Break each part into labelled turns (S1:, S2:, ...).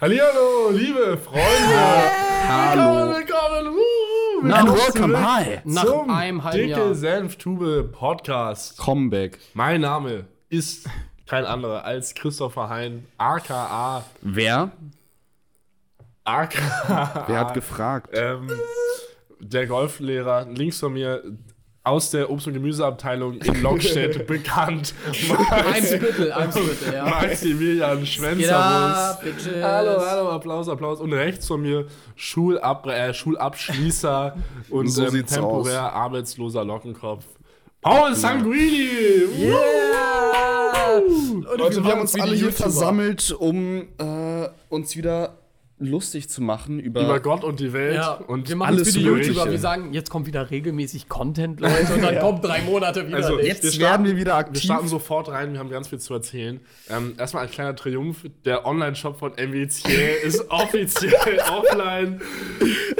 S1: Hallihallo, liebe Freunde! Willkommen,
S2: Hallo.
S1: willkommen! Uhu,
S2: Na,
S1: willkommen
S2: welcome,
S1: zurück
S2: hi.
S3: Nach
S1: zum
S3: einem halben
S1: Dicke
S3: Jahr.
S1: Senftube Podcast.
S2: Comeback.
S1: Mein Name ist kein anderer als Christopher Hein, aka,
S2: Wer?
S1: aka,
S2: Wer hat gefragt?
S1: ähm, der Golflehrer links von mir aus der Obst- und Gemüseabteilung in Lockstedt bekannt.
S3: Ein Spittel, ein Spittel, ja.
S1: Maximilian
S3: Geht
S1: Schwänzerwurst.
S3: ab, Bitches.
S1: Hallo, hallo, Applaus, Applaus. Und rechts von mir Schulab äh, Schulabschließer und
S2: So
S1: ähm,
S2: sieht's
S1: temporär arbeitsloser Lockenkopf. Paul Sanguini!
S3: Und
S2: Leute, Also wir
S3: machen
S2: haben uns
S3: wie die
S2: alle hier
S3: YouTuber.
S2: versammelt, um äh, uns wieder lustig zu machen über,
S1: Über Gott und die Welt
S3: Ja,
S1: und
S3: und wir machen
S2: alles
S3: alles für die
S2: Mögliche.
S3: YouTuber. Wir sagen, jetzt kommt wieder regelmäßig Content, Leute, und dann kommt drei Monate wieder.
S1: Also,
S3: nicht.
S2: Jetzt
S1: Wir starten-
S2: werden wir wieder
S1: Wir
S2: aktiv.
S1: starten sofort rein, wir haben ganz viel zu erzählen. Ähm, erstmal ein kleiner Triumph. Der Online-Shop von MWC ist offiziell offline.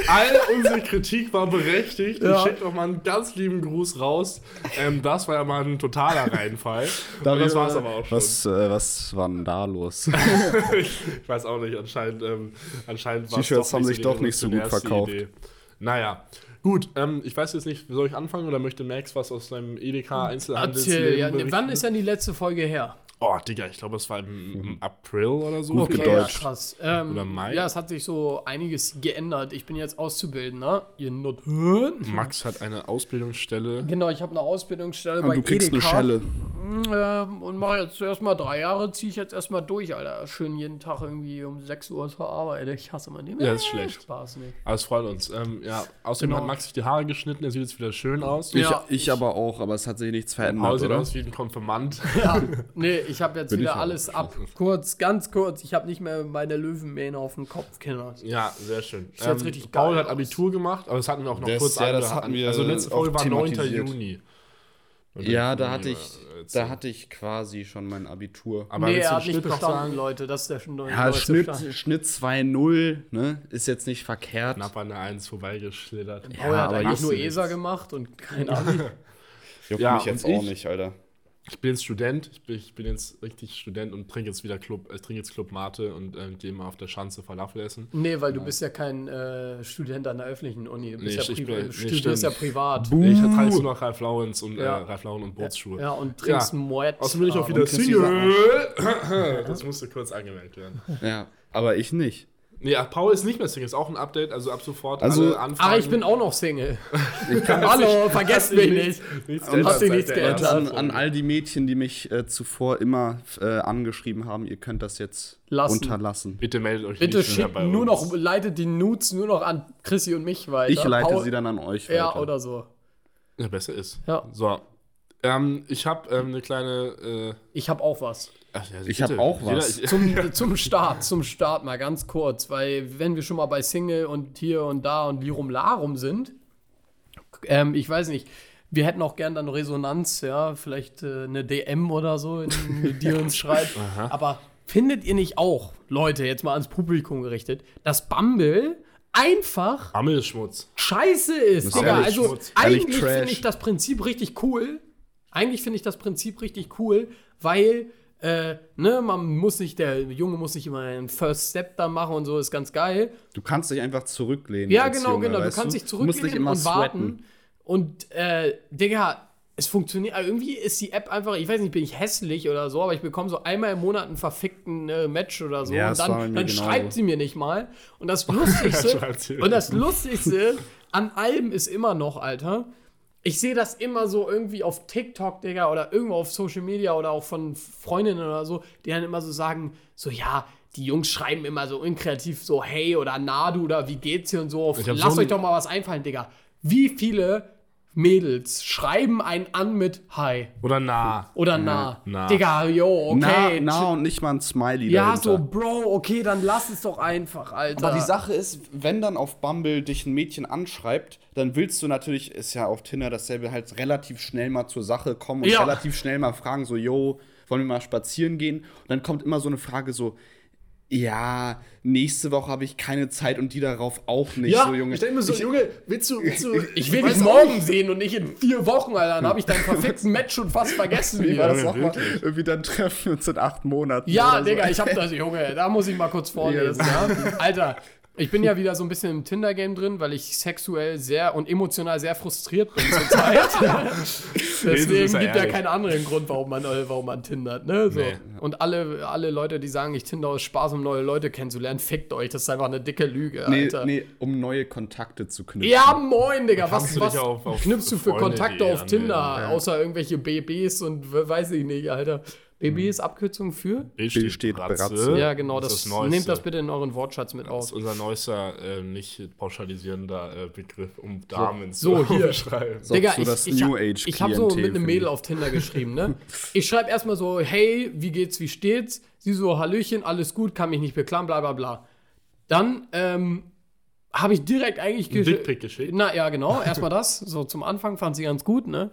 S1: All unsere Kritik war berechtigt. Ich
S3: Ja.
S1: schicke nochmal einen ganz lieben Gruß raus. Ähm, das war ja mal ein totaler Reinfall. Und
S2: Darüber-
S1: das war es aber auch schon.
S2: Was, äh, was war denn da los?
S1: Ich weiß auch nicht, anscheinend, ähm, anscheinend war es
S2: T-Shirts
S1: doch
S2: haben
S1: nicht
S2: sich
S1: die
S2: doch nicht so gut
S1: revolutionärste
S2: verkauft.
S1: Idee. Naja, gut. Ähm, ich weiß jetzt nicht, soll ich anfangen oder möchte Max was aus seinem E
S3: Erzähl,
S1: Edeka-Einzelhandelsleben
S3: ja,
S1: berichten?
S3: wann ist denn die letzte Folge her?
S1: Oh, Digga, ich glaube, es war im, im April oder so.
S2: Mhm. Gut
S1: vielleicht.
S2: gedeutscht.
S3: krass. Ähm,
S1: Oder Mai?
S3: Ja, es hat sich so einiges geändert. Ich bin jetzt Auszubildender. Ihr Nutten.
S1: Max hat eine Ausbildungsstelle.
S3: Genau, ich habe eine Ausbildungsstelle bei
S2: Und Ah, du kriegst eine
S3: Edeka.
S2: Schelle.
S3: Ähm, und mache jetzt erst mal drei Jahre, ziehe ich jetzt erstmal durch, Alter. Schön jeden Tag irgendwie um 6 Uhr zur Arbeit. Ich hasse mein Leben.
S1: Ja, ist schlecht.
S3: Spaß nicht.
S1: Aber es freut uns. Ähm, ja, außerdem
S3: Genau.
S1: hat Max sich die Haare geschnitten, er sieht jetzt wieder schön aus.
S2: Ich,
S3: Ja.
S2: ich aber auch, aber es hat sich nichts
S1: Paul
S2: verändert,
S1: sieht
S2: oder?
S1: aus wie ein Konfirmand.
S3: Ja, nee, ich habe jetzt
S2: Bin ich
S3: wieder
S2: aber.
S3: alles ab. Kurz, ganz kurz. Ich habe nicht mehr meine Löwenmähne auf dem Kopf, Kinder.
S1: Ja, sehr schön. Ähm,
S3: Sieht jetzt richtig
S1: Paul
S3: geil
S1: hat
S3: aus.
S1: Abitur gemacht, aber das hatten wir auch noch
S2: Das-
S1: kurz
S2: ja, das
S1: ange-
S2: hatten wir
S1: Also letzte Folge
S2: auch
S1: war 9.
S2: thematisiert.
S1: Juni.
S2: Ja, da hatte ich,
S1: Äh, jetzt-
S2: da hatte ich quasi schon mein Abitur.
S1: aber
S3: Nee,
S1: willst du
S3: er
S1: den
S3: hat nicht
S1: Schnitt noch
S3: bestanden,
S1: sagen?
S3: Leute. Das ist der schon
S2: Ja, Schnitt, Schnitt 2-0, ne? Ist jetzt nicht verkehrt.
S1: Knapp an der 1 vorbeigeschlittert.
S3: Paul hat
S2: aber
S3: eigentlich
S2: jetzt
S3: nur
S2: nichts.
S3: ESA gemacht und keine Ahnung.
S2: Juckt
S1: Ja,
S2: mich jetzt
S1: und
S2: auch
S1: ich-
S2: nicht, Alter.
S1: Ich bin jetzt Student, ich bin, ich bin jetzt richtig Student und trinke jetzt wieder Club, ich trinke jetzt Club Mate und äh, gehe mal auf der Schanze Falafel essen.
S3: nee, weil du bist ja kein äh, Student an der öffentlichen Uni. Du bist
S1: Nee,
S3: ja,
S1: ich- ich
S3: privat.
S1: bin- nee,
S3: du studierst ja
S1: stimmt.
S3: privat.
S2: Buh.
S1: Ich trage jetzt nur noch Ralf Laurenz und,
S3: Ja.
S1: äh, Ralf Lauren und Bootsschuhe.
S3: Ja, und trinkst
S1: Ja.
S3: einen Moet.
S1: Außerdem bin ich auch
S3: Ähm,
S1: wieder
S2: und Chrissy
S1: Single. das musste kurz angemerkt werden.
S2: Ja, aber ich nicht.
S1: Nee, ach, Paul ist nicht mehr Single, ist auch ein Update, also ab sofort
S2: Also-
S1: alle Anfragen.
S3: Ach, Ah, ich bin auch noch Single. Hallo, vergesst mich nicht.
S1: Nichts
S3: Und hast du
S1: seit
S3: nichts
S1: der
S3: geändert?
S1: ersten
S2: an,
S1: Folge.
S2: an all die Mädchen, die mich äh, zuvor immer äh, angeschrieben haben, ihr könnt das jetzt
S3: Lassen.
S2: unterlassen.
S1: Bitte meldet euch
S3: Bitte
S1: nicht mehr
S3: schickt
S1: bei
S3: nur
S1: uns.
S3: noch, leitet die Nudes nur noch an Chrissy und mich weiter.
S2: Ich leite
S3: Paul-
S2: sie dann an euch weiter.
S3: Ja, oder so.
S1: Ja, besser ist.
S3: Ja.
S1: So. Ähm, ich habe ähm, eine kleine. Äh,
S3: Ich habe auch was.
S1: ach, ja,
S2: Ich hab
S1: bitte.
S2: auch was.
S1: Jeder,
S3: Zum, zum Start, zum Start mal ganz kurz, weil wenn wir schon mal bei Single und hier und da und Lirum Larum sind, ähm, ich weiß nicht, wir hätten auch gern dann Resonanz, ja, vielleicht äh, eine DM oder so, in- die uns schreibt. Aber findet ihr nicht auch, Leute, jetzt mal ans Publikum gerichtet, dass Bumble einfach
S1: Ammelschmutz.
S3: scheiße ist.
S2: ist
S3: Digga.
S2: ehrlich
S3: Also
S1: Schmutz.
S2: Ehrlich
S3: eigentlich finde
S2: Trash.
S3: ich das Prinzip richtig cool. Eigentlich finde ich das Prinzip richtig cool, weil äh, ne, man muss nicht, der Junge muss nicht immer einen First Step da machen und so, ist ganz geil.
S2: Du kannst dich einfach zurücklehnen.
S3: Ja,
S2: als
S3: genau,
S2: Junge,
S3: genau. Du
S2: weißt
S3: kannst dich
S2: Du musst nicht
S3: zurücklehnen
S2: immer
S3: und
S2: sweaten.
S3: warten. Und äh, Digga, es funktioniert. also Irgendwie ist die App einfach, ich weiß nicht, bin ich hässlich oder so, aber ich bekomme so einmal im Monat einen verfickten äh, Match oder so.
S2: Ja,
S3: und
S2: das war bei
S3: dann,
S2: mir
S3: dann
S2: genauso.
S3: schreibt sie mir nicht mal. Und das Lustigste,
S1: Schreibt sie mir
S3: und das Lustigste an allem ist immer noch, Alter. Ich sehe das immer so irgendwie auf TikTok, Digga, oder irgendwo auf Social Media oder auch von Freundinnen oder so, die dann immer so sagen, so ja, die Jungs schreiben immer so unkreativ so hey oder na du oder wie geht's dir und so.
S1: Ich hab
S3: Lasst
S1: so ein-
S3: euch doch mal was einfallen, Digga. Wie viele Mädels schreiben einen an mit hi
S1: Oder nah.
S3: oder na?
S1: na.
S3: Digga, yo, okay.
S2: na, na und nicht mal ein Smiley
S3: ja,
S2: dahinter.
S3: so, Bro, okay, dann lass es doch einfach, Alter.
S2: Aber die Sache ist, wenn dann auf Bumble dich ein Mädchen anschreibt, dann willst du natürlich, ist ja auf Tinder dasselbe, halt relativ schnell mal zur Sache kommen und
S3: Ja.
S2: relativ schnell mal fragen, so, yo, wollen wir mal spazieren gehen? Und dann kommt immer so eine Frage so, ja, nächste Woche habe ich keine Zeit und die darauf auch nicht.
S3: ja,
S2: so, Junge.
S3: ich denke mir so, Junge, willst du, willst du ich will
S2: weiß
S3: dich
S2: auch
S3: morgen sehen und nicht in vier Wochen, Alter, dann habe ich deinen verfickten Match schon fast vergessen.
S2: Wie war
S3: Hier.
S2: das
S1: Junge,
S2: nochmal?
S1: wirklich.
S2: Irgendwie dann treffen wir uns in acht Monaten.
S3: Ja,
S2: oder so.
S3: Digga, ich habe das, Junge, da muss ich mal kurz vorlesen, ja. Alter, ich bin ja wieder so ein bisschen im Tinder-Game drin, weil ich sexuell sehr und emotional sehr frustriert bin zurzeit. Deswegen
S1: Jesus, sei
S3: gibt ja
S1: ehrlich.
S3: keinen anderen Grund, warum man, äh, warum man tindert, ne? So. Und alle, alle Leute, die sagen, ich tinder aus Spaß, um neue Leute kennenzulernen, fickt euch, das ist einfach eine dicke Lüge,
S2: Nee,
S3: Alter.
S2: nee, um neue Kontakte zu knüpfen.
S3: Ja, moin, Digga. Was,
S1: Kannst du dich
S3: was
S1: auf- auf
S3: knüpfst du für
S1: Freunde.de
S3: Kontakte auf
S1: anmelden,
S3: Tinder?
S1: äh, ja.
S3: Außer irgendwelche BBs und we- weiß ich nicht, Alter. BB
S1: Hm.
S3: ist Abkürzung für?
S1: Bild
S2: steht Bratze.
S3: Ja, genau. Das,
S1: Neueste.
S3: nehmt das bitte in euren Wortschatz mit
S1: Das ist
S3: auf.
S1: unser neuester, äh, nicht pauschalisierender äh, Begriff, um Damen
S3: So,
S1: zu
S3: hier.
S1: beschreiben.
S2: So, so das New Age
S3: ich habe so mit
S2: Klientel
S3: einem
S2: für
S3: Mädel
S2: die.
S3: auf Tinder geschrieben, ne? Ich schreibe erstmal so, hey, wie geht's, wie steht's? Sie so, Hallöchen, alles gut, kann mich nicht beklagen, bla bla bla. Dann ähm, habe ich direkt eigentlich gesch-
S1: Dickpick geschickt.
S3: Na ja, genau, erstmal das. So zum Anfang fand sie ganz gut, ne?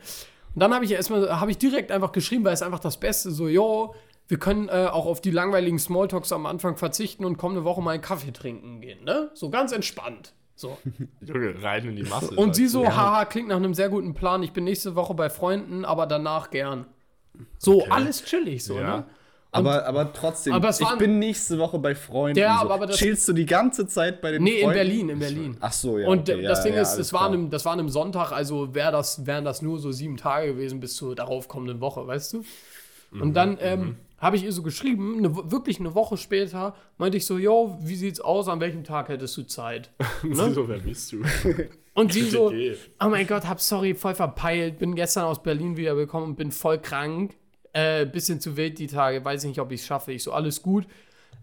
S3: Und dann habe ich erstmal, habe ich direkt einfach geschrieben, weil es einfach das Beste, so, yo, wir können äh, auch auf die langweiligen Smalltalks am Anfang verzichten und kommende Woche mal einen Kaffee trinken gehen, ne? So ganz entspannt. So.
S1: Junge, rein in die Masse.
S3: Und sie
S1: weißt
S3: so,
S1: du?
S3: haha, klingt nach einem sehr guten Plan. Ich bin nächste Woche bei Freunden, aber danach gern. So, alles chillig, so,
S1: Ja.
S3: ne?
S2: Aber, aber trotzdem,
S3: Aber es
S2: ich
S3: waren-
S2: bin nächste Woche bei Freunden.
S3: Ja,
S2: so.
S3: aber- aber das-
S2: Chillst du die ganze Zeit bei den
S3: Nee, in
S2: Freunden?
S3: Berlin, in Berlin.
S2: Ach so, ja.
S3: Und
S2: okay,
S3: äh, das
S2: ja,
S3: Ding
S2: ja,
S3: ist,
S2: alles
S3: es war
S2: klar.
S3: an einem, das war an einem Sonntag, also wär das, wären das nur so sieben Tage gewesen bis zur darauf kommenden Woche, weißt du?
S2: Mhm,
S3: Und dann ähm, habe ich ihr so geschrieben, eine Wo- wirklich eine Woche später, meinte ich so, yo, wie sieht's aus, an welchem Tag hättest du Zeit?
S1: Und sie so, wer bist du?
S3: Und sie so,
S1: Idee.
S3: oh mein Gott, hab sorry, voll verpeilt, bin gestern aus Berlin wiedergekommen und bin voll krank. Äh, bisschen zu wild die Tage, weiß nicht, ob ich es schaffe. Ich so, alles gut.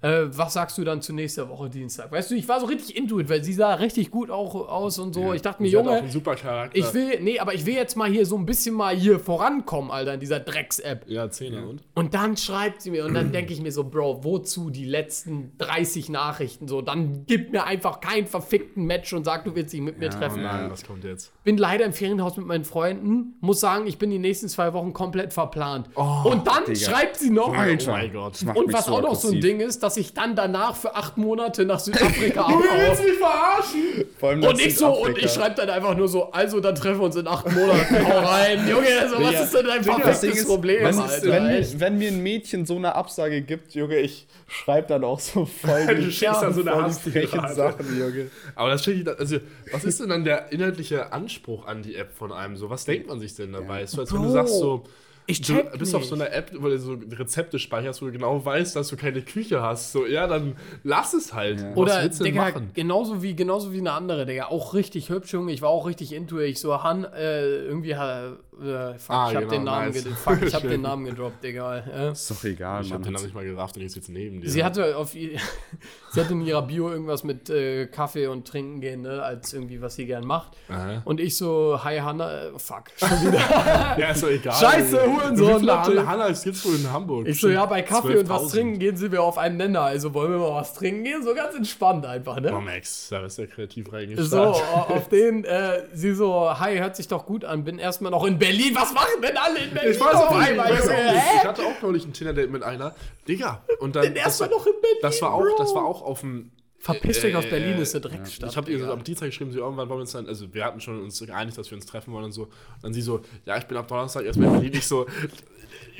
S3: Äh, was sagst du dann zu nächster Woche Dienstag? Weißt du, ich war so richtig intuit, weil sie sah richtig gut auch aus und so. ich dachte mir,
S1: Sie hat auch
S3: Junge,
S1: einen super Charakter.
S3: ich will, nee, aber ich will jetzt mal hier so ein bisschen mal hier vorankommen, Alter, in dieser Drecks-App.
S1: ja, Zehner und?
S3: Und dann schreibt sie mir und dann denke ich mir so, Bro, wozu die letzten 30 Nachrichten so? Dann gib mir einfach keinen verfickten Match und sag, du willst dich mit mir treffen.
S1: Nein, was kommt jetzt?
S3: Bin leider im Ferienhaus mit meinen Freunden, muss sagen, ich bin die nächsten zwei Wochen komplett verplant. und dann
S2: Oh, Digga.
S3: schreibt sie noch.
S1: Oh mein Gott.
S2: das macht
S3: Und
S2: mich
S3: was
S2: so
S3: auch noch so ein
S2: aggressiv.
S3: Ding ist, dass ich dann danach für acht Monate nach Südafrika abhaue.
S1: mich verarschen?
S2: Vor allem
S3: Und
S2: nach
S3: ich so, und
S2: Südafrika.
S3: ich schreibe dann einfach nur so, also dann treffen wir uns in acht Monaten. Hau rein. Junge, also, was
S2: Digga,
S3: ist denn dein
S2: Das Ding
S3: verficktes
S2: ist,
S3: Problem,
S2: was ist,
S3: Alter?
S2: wenn,
S3: echt?
S2: mir, wenn mir ein Mädchen so eine Absage gibt, Junge, ich schreibe dann auch so voll
S1: Du schickst dann so eine
S2: voll die
S1: Hasstirade.
S2: frechen Sachen, Junge.
S1: Aber das finde ich, also, was ist denn dann der inhaltliche Anspruch an die App von einem so? Was denkt man sich denn dabei? Ist So, als wenn du
S3: Bro,
S1: sagst so,
S3: ich
S1: du
S3: check
S1: bist auf so
S3: nicht.
S1: einer App, wo du so Rezepte speicherst, wo du genau weißt, dass du keine Küche hast. So, ja, dann lass es halt. Was
S3: Oder,
S1: willst du denn
S3: Digga,
S1: machen?
S3: genauso wie, genauso wie eine andere, Digga. Auch richtig hübsch, Junge. Ich war auch richtig into it. Ich so, Han, äh, irgendwie, ha- äh, fuck,
S1: Ah,
S3: ich hab
S1: genau,
S3: den Namen
S1: nice.
S3: gedroppt. Fuck, ich hab
S1: Schön.
S3: den Namen gedroppt, Digga. Äh.
S2: Ist doch egal,
S1: Ich hab den
S2: Mann.
S1: noch nicht mal gerafft und ich sitze neben dir.
S3: Sie hatte auf ihr, sie hatte in ihrer Bio irgendwas mit äh, Kaffee und Trinken gehen, ne, als irgendwie, was sie gern macht.
S1: Aha.
S3: Und ich so, hi Hanna, äh, fuck.
S1: Ja, ist doch egal.
S3: Scheiße, Hurensohn,
S1: Wie viele
S3: Leute.
S1: Hannas gibt's wohl in Hamburg?
S3: Ich so, ja, bei Kaffee und was
S1: 12.000.
S3: trinken gehen sind wir auf einen Nenner. Also wollen wir mal was trinken gehen? So ganz entspannt einfach, ne?
S1: Oh, Max, da bist du ja kreativ
S3: So,
S1: reingestartet.
S3: au- auf den, äh, sie so, hi, hört sich doch gut an, bin erstmal noch in Berlin. Was machen denn alle in Berlin?
S1: Ich weiß auch
S3: auf
S1: nicht, ich,
S3: einmal,
S1: weiß auch
S3: Junge,
S1: nicht.
S3: hä?
S1: ich hatte auch neulich ein Tinder-Date mit einer. Digga, und dann.
S3: Bin erstmal
S1: das war-
S3: noch in Berlin.
S1: Das war
S3: Bro.
S1: auch, das war auch auf dem.
S3: Verpiss dich aus
S1: äh,
S3: Berlin,
S1: äh,
S3: ist eine Dreckstadt.
S1: Ich habe ihr so
S3: Digga.
S1: am Dienstag geschrieben, sie irgendwann wollen wir uns dann, also wir hatten schon uns geeinigt, dass wir uns treffen wollen und so. Und dann sie so, ja, ich bin ab Donnerstag erstmal in Berlin. Ich so,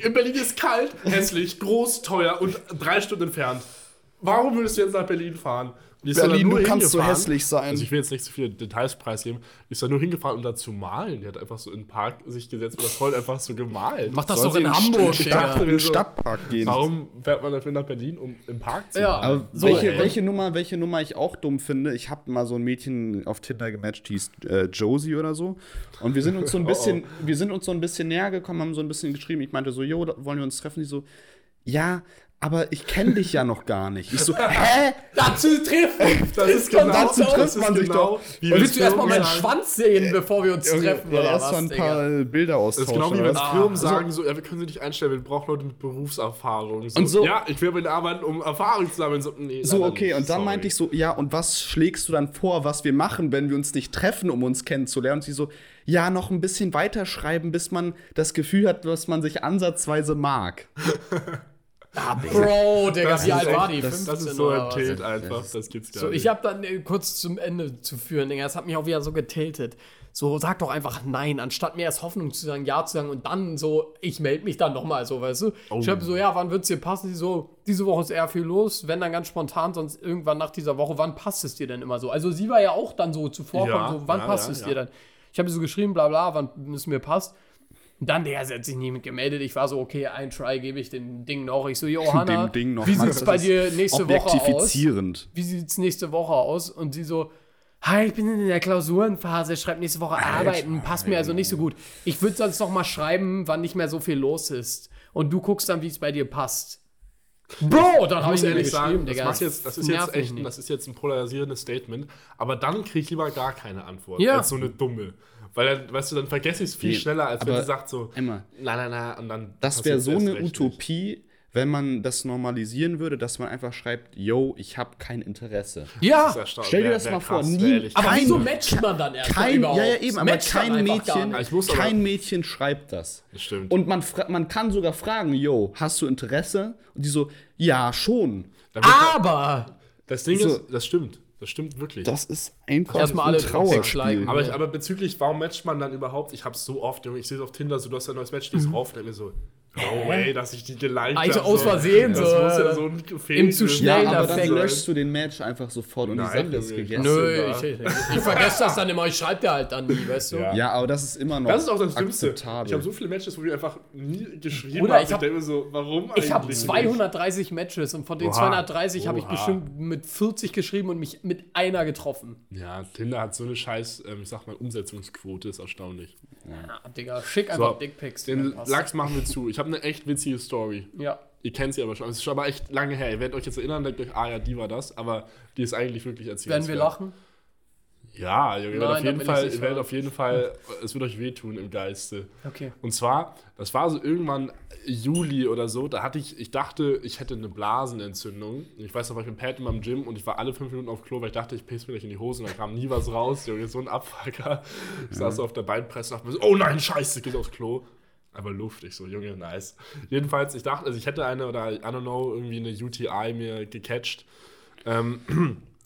S1: in Berlin ist kalt, hässlich, groß, teuer und drei Stunden entfernt. Warum würdest du jetzt nach Berlin fahren? Und ich so,
S2: Berlin,
S1: "Na,
S2: du kannst so
S1: hingefahren."
S2: hässlich sein.
S1: Also ich will jetzt nicht zu viele Details preisgeben. Ich bin nur hingefahren, um da zu malen. Die hat einfach so in den Park sich gesetzt und das voll einfach so gemalt.
S3: Mach das
S2: Soll
S3: doch
S2: sie
S3: in Hamburg,
S2: St-
S3: Digga.
S2: Stadt, in den Stadtpark gehen.
S1: Warum fährt man dafür nach Berlin, um im Park zu
S3: Ja.
S1: malen?
S2: Aber
S3: So,
S2: welche,
S3: ey.
S2: welche, Nummer, welche Nummer ich auch dumm finde, ich habe mal so ein Mädchen auf Tinder gematcht, die hieß äh, Josie oder so. Und wir sind uns so
S3: Oh,
S2: ein bisschen, wir sind uns so ein bisschen näher gekommen, haben so ein bisschen geschrieben. Ich meinte so, jo, da- wollen wir uns treffen? Die so, ja, aber ich kenne dich ja noch gar nicht. Ich so, hä?
S3: Dazu trifft.
S1: Das ist
S3: kommt
S1: genau-
S3: auch
S2: Dazu
S3: so.
S1: das
S2: trifft
S1: ist
S2: man sich
S1: genau-
S2: doch.
S1: wie
S3: Willst
S1: wir-
S3: du erstmal meinen
S1: Ja.
S3: Schwanz sehen, bevor wir uns treffen?
S2: Ja,
S3: Oder
S2: erst mal
S3: was,
S2: ein
S3: Digga? Ah,
S2: paar äh, Bilder
S1: Das ist
S2: austauschen.
S1: genau wie
S2: oder Ah.
S1: wenn
S2: was?
S1: Firmen sagen, so, ja, wir können sie nicht einstellen, wir brauchen Leute mit Berufserfahrung. So,
S2: Und so-
S1: ja, ich will mit ihnen arbeiten, um Erfahrung zu sammeln. So, nee,
S2: So,
S1: leider
S2: okay,
S1: nicht,
S2: und dann
S1: sorry.
S2: meinte ich so, ja, und was schlägst du dann vor, was wir machen, wenn wir uns nicht treffen, um uns kennenzulernen? Und sie so, ja, noch ein bisschen weiterschreiben, bis man das Gefühl hat, dass man sich ansatzweise mag.
S3: Bro, Ah, Digga,
S1: Das
S3: wie
S1: ist
S3: alt war
S1: echt-
S3: die?
S1: Das,
S3: 15
S1: das ist so
S3: oder
S1: ein
S3: was?
S1: Tilt
S2: Das
S1: einfach.
S2: ist-
S1: Das gibt's gar
S3: So,
S1: nicht.
S3: ich habe dann äh, kurz zum Ende zu führen, Digga. Das hat mich auch wieder so getiltet. So, sag doch einfach nein, anstatt mir erst Hoffnung zu sagen, ja zu sagen und dann so, ich melde mich dann nochmal, so, weißt du? Ich hab so, ja, wann wird's dir passen? Die so, diese Woche ist eher viel los, wenn dann ganz spontan, sonst irgendwann nach dieser Woche, wann passt es dir denn immer so? Also, sie war ja auch dann so zuvorkommen,
S1: Ja,
S3: so, wann
S1: ja,
S3: passt
S1: ja,
S3: es
S1: ja.
S3: dir dann? Ich habe so geschrieben, bla bla, wann es mir passt. Und dann, der hat sich niemand gemeldet. Ich war so, okay, ein Try gebe ich dem Ding noch. Ich so, Johanna,
S2: Dem Ding noch.
S3: wie
S2: Mann,
S3: sieht's
S2: das
S3: bei
S2: ist
S3: dir nächste Woche aus?
S2: Objektifizierend.
S3: wie sieht's nächste Woche aus? Und sie so, hi, ich bin in der Klausurenphase, schreib nächste Woche arbeiten, passt mir also nicht so gut. Ich würde sonst noch mal schreiben, wann nicht mehr so viel los ist. Und du guckst dann, wie es bei dir passt. Bro, dann habe
S1: muss
S3: ich
S1: ehrlich
S3: ehrlich geschrieben,
S1: sagen, das,
S3: Digga.
S1: macht jetzt, das ist
S3: nervt
S1: jetzt
S3: mich
S1: echt,
S3: nicht.
S1: das ist jetzt ein polarisierendes Statement, aber dann kriege ich lieber gar keine Antwort
S3: Ja.
S1: als so eine dumme. Weil dann, weißt du, dann vergesse ich es viel
S2: Nee,
S1: schneller, als wenn
S2: aber
S1: sie sagt so,
S2: Emma,
S1: na, na, na, und dann.
S2: Das wäre
S1: passiert's
S2: so
S1: erst
S2: eine
S1: recht nicht.
S2: Utopie, wenn man das normalisieren würde, dass man einfach schreibt, yo, ich habe kein Interesse.
S1: Das ist
S3: Ja,
S1: erstaunlich.
S2: Stell dir
S1: Wär-
S2: das
S1: wär
S2: mal vor,
S1: krass,
S2: nie-
S1: wär ehrlich.
S3: aber
S2: Kein-
S3: wieso matcht man dann erst
S2: Kein,
S3: überhaupt?
S2: ja, ja, eben,
S3: Es
S2: aber
S3: matcht dann
S2: kein
S3: einfach gar
S2: Mädchen,
S3: nicht.
S1: Ich muss aber-
S2: kein Mädchen schreibt das.
S1: Das stimmt.
S2: Und man, fra- man kann sogar fragen, yo, hast du Interesse? Und die so, ja, schon.
S1: Dann wird-
S3: Ah, Aber
S1: das Ding
S2: so-
S1: ist, das stimmt. Das stimmt wirklich.
S2: Das ist einfach
S3: Erstmal
S2: ein
S3: alle
S2: Trauerspiel.
S3: wegsliken.
S1: Aber, ich, aber bezüglich, warum matcht man dann überhaupt? Ich hab's so oft, Junge, ich sehe es auf Tinder, so du hast ein neues Match, ich mhm. rauf, denk mir so, no way, dass ich die geliked
S3: Also
S1: hab,
S3: aus
S1: so.
S3: Versehen,
S1: das
S3: so,
S1: Muss ja
S3: äh,
S1: so ein
S3: im zu
S2: Ja,
S3: schnell
S2: aber
S3: da
S2: dann
S3: fängt-
S2: löschst du den Match einfach sofort und die
S1: Nein,
S2: Sache ist
S1: Junge.
S2: gegessen.
S3: nö,
S1: ja.
S3: ich, ich, ich vergesse das dann immer. Ich schreibe dir halt dann nie, weißt du?
S1: Ja.
S2: Ja, aber das ist immer noch
S1: Das ist auch das Dümmste. Ich
S2: akzeptabel.
S1: habe so viele Matches, wo ich einfach nie geschrieben
S3: Oder
S1: habe.
S3: ich
S1: Ich,
S3: hab-
S1: denke mir so, warum
S3: Ich habe
S1: eigentlich
S3: 230 Matches und von den
S1: Oha.
S3: 230 habe ich
S1: Oha.
S3: bestimmt mit 40 geschrieben und mich mit einer getroffen.
S1: nicht? Ja, Tinder hat so eine scheiß, ähm, ich sag mal, Umsetzungsquote, ist erstaunlich.
S3: Ja, Digga, schick einfach
S1: So,
S3: Dickpics.
S1: Den
S3: Ja, passt.
S1: Lachs machen wir zu. Ich habe eine echt witzige Story.
S3: Ja.
S1: Ihr kennt sie aber schon. Es ist schon aber echt lange her. Ihr werdet euch jetzt erinnern, denkt euch, ah ja, die war das. Aber die ist eigentlich wirklich erzählt.
S3: Werden wir lachen?
S1: Ja, ihr werdet
S3: Nein,
S1: auf
S3: da
S1: jeden
S3: bin ich
S1: Fall,
S3: sicher.
S1: ihr werdet auf jeden Fall, es wird euch wehtun im Geiste.
S3: Okay.
S1: Und zwar, das war so irgendwann Juli oder so, da hatte ich, ich dachte, ich hätte eine Blasenentzündung. Ich weiß noch, war ich mit Pat in meinem Gym und ich war alle fünf Minuten auf Klo, weil ich dachte, ich pisse mir gleich in die Hose und da kam nie was raus. Junge, so ein Abfucker. Ich saß so auf der Beinpresse und dachte mir so, oh nein, scheiße, geht aufs Klo. Aber Luft, ich so, Junge, nice. Jedenfalls, ich dachte, also ich hätte eine oder, I don't know, irgendwie eine UTI mir gecatcht. Ähm,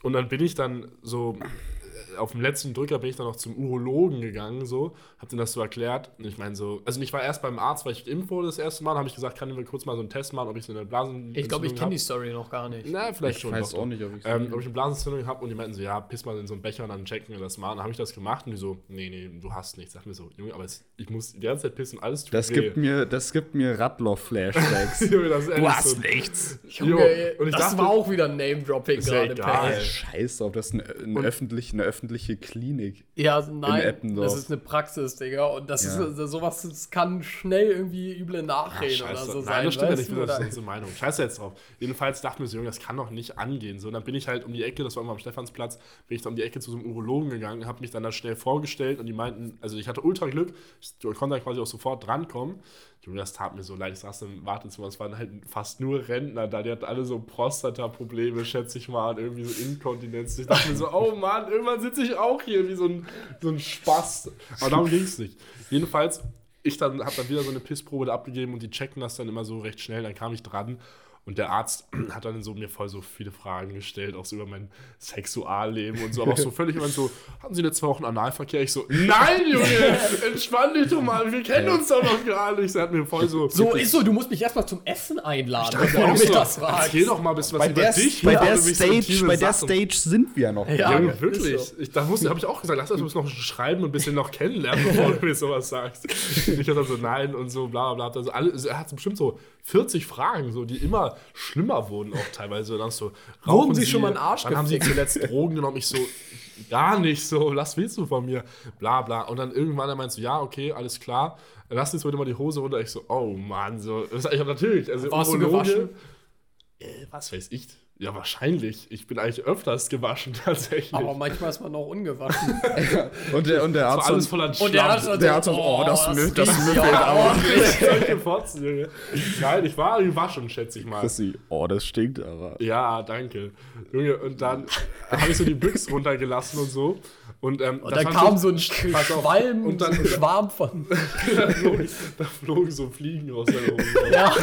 S1: und dann bin ich dann so äh, auf dem letzten Drücker bin ich dann noch zum Urologen gegangen, so, hab denen das so erklärt. Und ich meine so, also ich war erst beim Arzt, weil ich geimpft wurde das erste Mal, habe ich gesagt, kann ich mir kurz mal so einen Test machen, ob ich so eine Blasen.
S3: Ich glaube, ich kenne die Story noch gar nicht.
S1: Na, vielleicht
S2: Ich
S1: schon.
S2: weiß
S1: doch,
S2: auch
S1: doch.
S2: nicht, ob ich's
S1: ähm,
S2: kenn.
S1: ob ich eine Blasenentzündung habe und die meinten so, ja, piss mal in so einen Becher und dann checken wir das mal. Und dann habe ich das gemacht und die so, nee, nee, du hast nichts. Sag mir so, Junge, aber es, ich muss die ganze Zeit pissen, alles tut
S2: Das
S1: weh.
S2: gibt mir, das gibt mir Radloff-Flashbacks.
S1: Junge, das ist ehrlich so.
S2: nichts.
S3: Junge,
S1: Jo, und ich
S3: das
S1: dachte-
S3: war auch wieder ein Name-Dropping
S1: Ist ja
S3: gerade.
S1: egal.
S3: Pech.
S2: Scheiß auf, das ist eine, eine, öffentliche, eine öffentliche Klinik.
S3: Ja, nein,
S2: Eppendorf.
S3: das ist eine Praxis, Digga. Und das
S2: Ja.
S3: ist sowas, das kann schnell irgendwie üble Nachreden
S1: Ach,
S3: oder
S1: scheiße.
S3: so
S1: Nein,
S3: sein.
S1: das stimmt ja
S3: weißt
S1: nicht,
S3: du,
S1: das ist
S3: oder?
S1: unsere Meinung. Scheiße jetzt drauf. Jedenfalls dachte mir so, Junge, das kann doch nicht angehen. So, und dann bin ich halt um die Ecke, das war immer am Stephansplatz, bin ich da um die Ecke zu so einem Urologen gegangen, habe mich dann da schnell vorgestellt und die meinten, also ich hatte ultra Glück, ich konnte da quasi auch sofort drankommen. Junge, das tat mir so leid. Ich saß im Wartezimmer, es waren halt fast nur Rentner da, die hatten alle so Prostata-Probleme, schätze ich mal, und irgendwie so Inkontinenz. Ich dachte mir so, oh Mann, irgendwann sitze ich auch hier wie so ein, so ein Spaß. Aber darum ging es nicht. Jedenfalls ich dann habe dann wieder so eine Pissprobe da abgegeben und die checken das dann immer so recht schnell. Dann kam ich dran und der Arzt hat dann so mir voll so viele Fragen gestellt, auch so über mein Sexualleben und so, aber auch so völlig immer so, hatten Sie letzte Woche einen Analverkehr? Ich so, nein, Junge, entspann dich doch mal, wir kennen uns doch noch gar nicht. Er hat mir voll so,
S3: So ist so, du musst mich erstmal zum Essen einladen,
S1: Ich
S3: bevor du
S1: auch
S3: mich
S1: so,
S3: das fragst.
S1: Erzähl doch mal ein bisschen was
S2: Bei
S1: über
S2: der,
S1: dich.
S2: bei
S1: ja,
S2: der,
S1: also mich so
S2: Stage,
S1: intime
S2: bei der
S1: Sachen.
S2: Stage sind wir noch.
S3: Ja.
S1: Junge,
S3: ist
S1: wirklich.
S3: so.
S1: Ich, da musste, habe ich auch gesagt, lass uns noch schreiben und ein bisschen noch kennenlernen, bevor du mir sowas sagst. Und ich hab dann so nein und so bla bla bla. Also alle, also er hat bestimmt so 40 Fragen, so, die immer schlimmer wurden auch teilweise. Und dann so, rauchen
S3: Sie schon mal einen Arsch
S1: Dann haben sie
S3: gefickt?
S1: zuletzt Drogen genommen. Ich so, gar nicht so, was willst du von mir? Bla bla. Und dann irgendwann er meinst du, ja, okay, alles klar. Lass uns heute mal die Hose runter. Ich so, oh Mann, so. Ich habe natürlich, also
S3: Warst du
S1: Urologe-
S3: gewaschen?
S1: Äh, was weiß ich. Ja, wahrscheinlich. Ich bin eigentlich öfters gewaschen, tatsächlich.
S3: Aber manchmal ist man auch ungewaschen.
S2: Und der, und der
S1: das
S2: Arzt.
S1: war alles voller Schlamm.
S3: Und der Arzt hat
S2: der
S3: so,
S2: Arzt sagt, oh, das Müll- das
S3: riecht
S2: Müll
S3: ja
S2: fehlt aber.
S3: ordentlich.
S1: Solche Fotzen, Junge. Nein, ich war gewaschen, schätze ich mal.
S2: Chrissy, oh, das stinkt aber.
S1: Ja, danke. Junge, und dann habe ich so die Büchse runtergelassen und so. Und, ähm,
S3: Und
S1: das
S3: dann
S1: waren
S3: kam so ein
S1: Pass auf.
S3: Schwalm,
S1: Und dann-
S3: so ein Schwarm von.
S1: da, flogen, da flogen so Fliegen aus der Hose.
S3: Ja,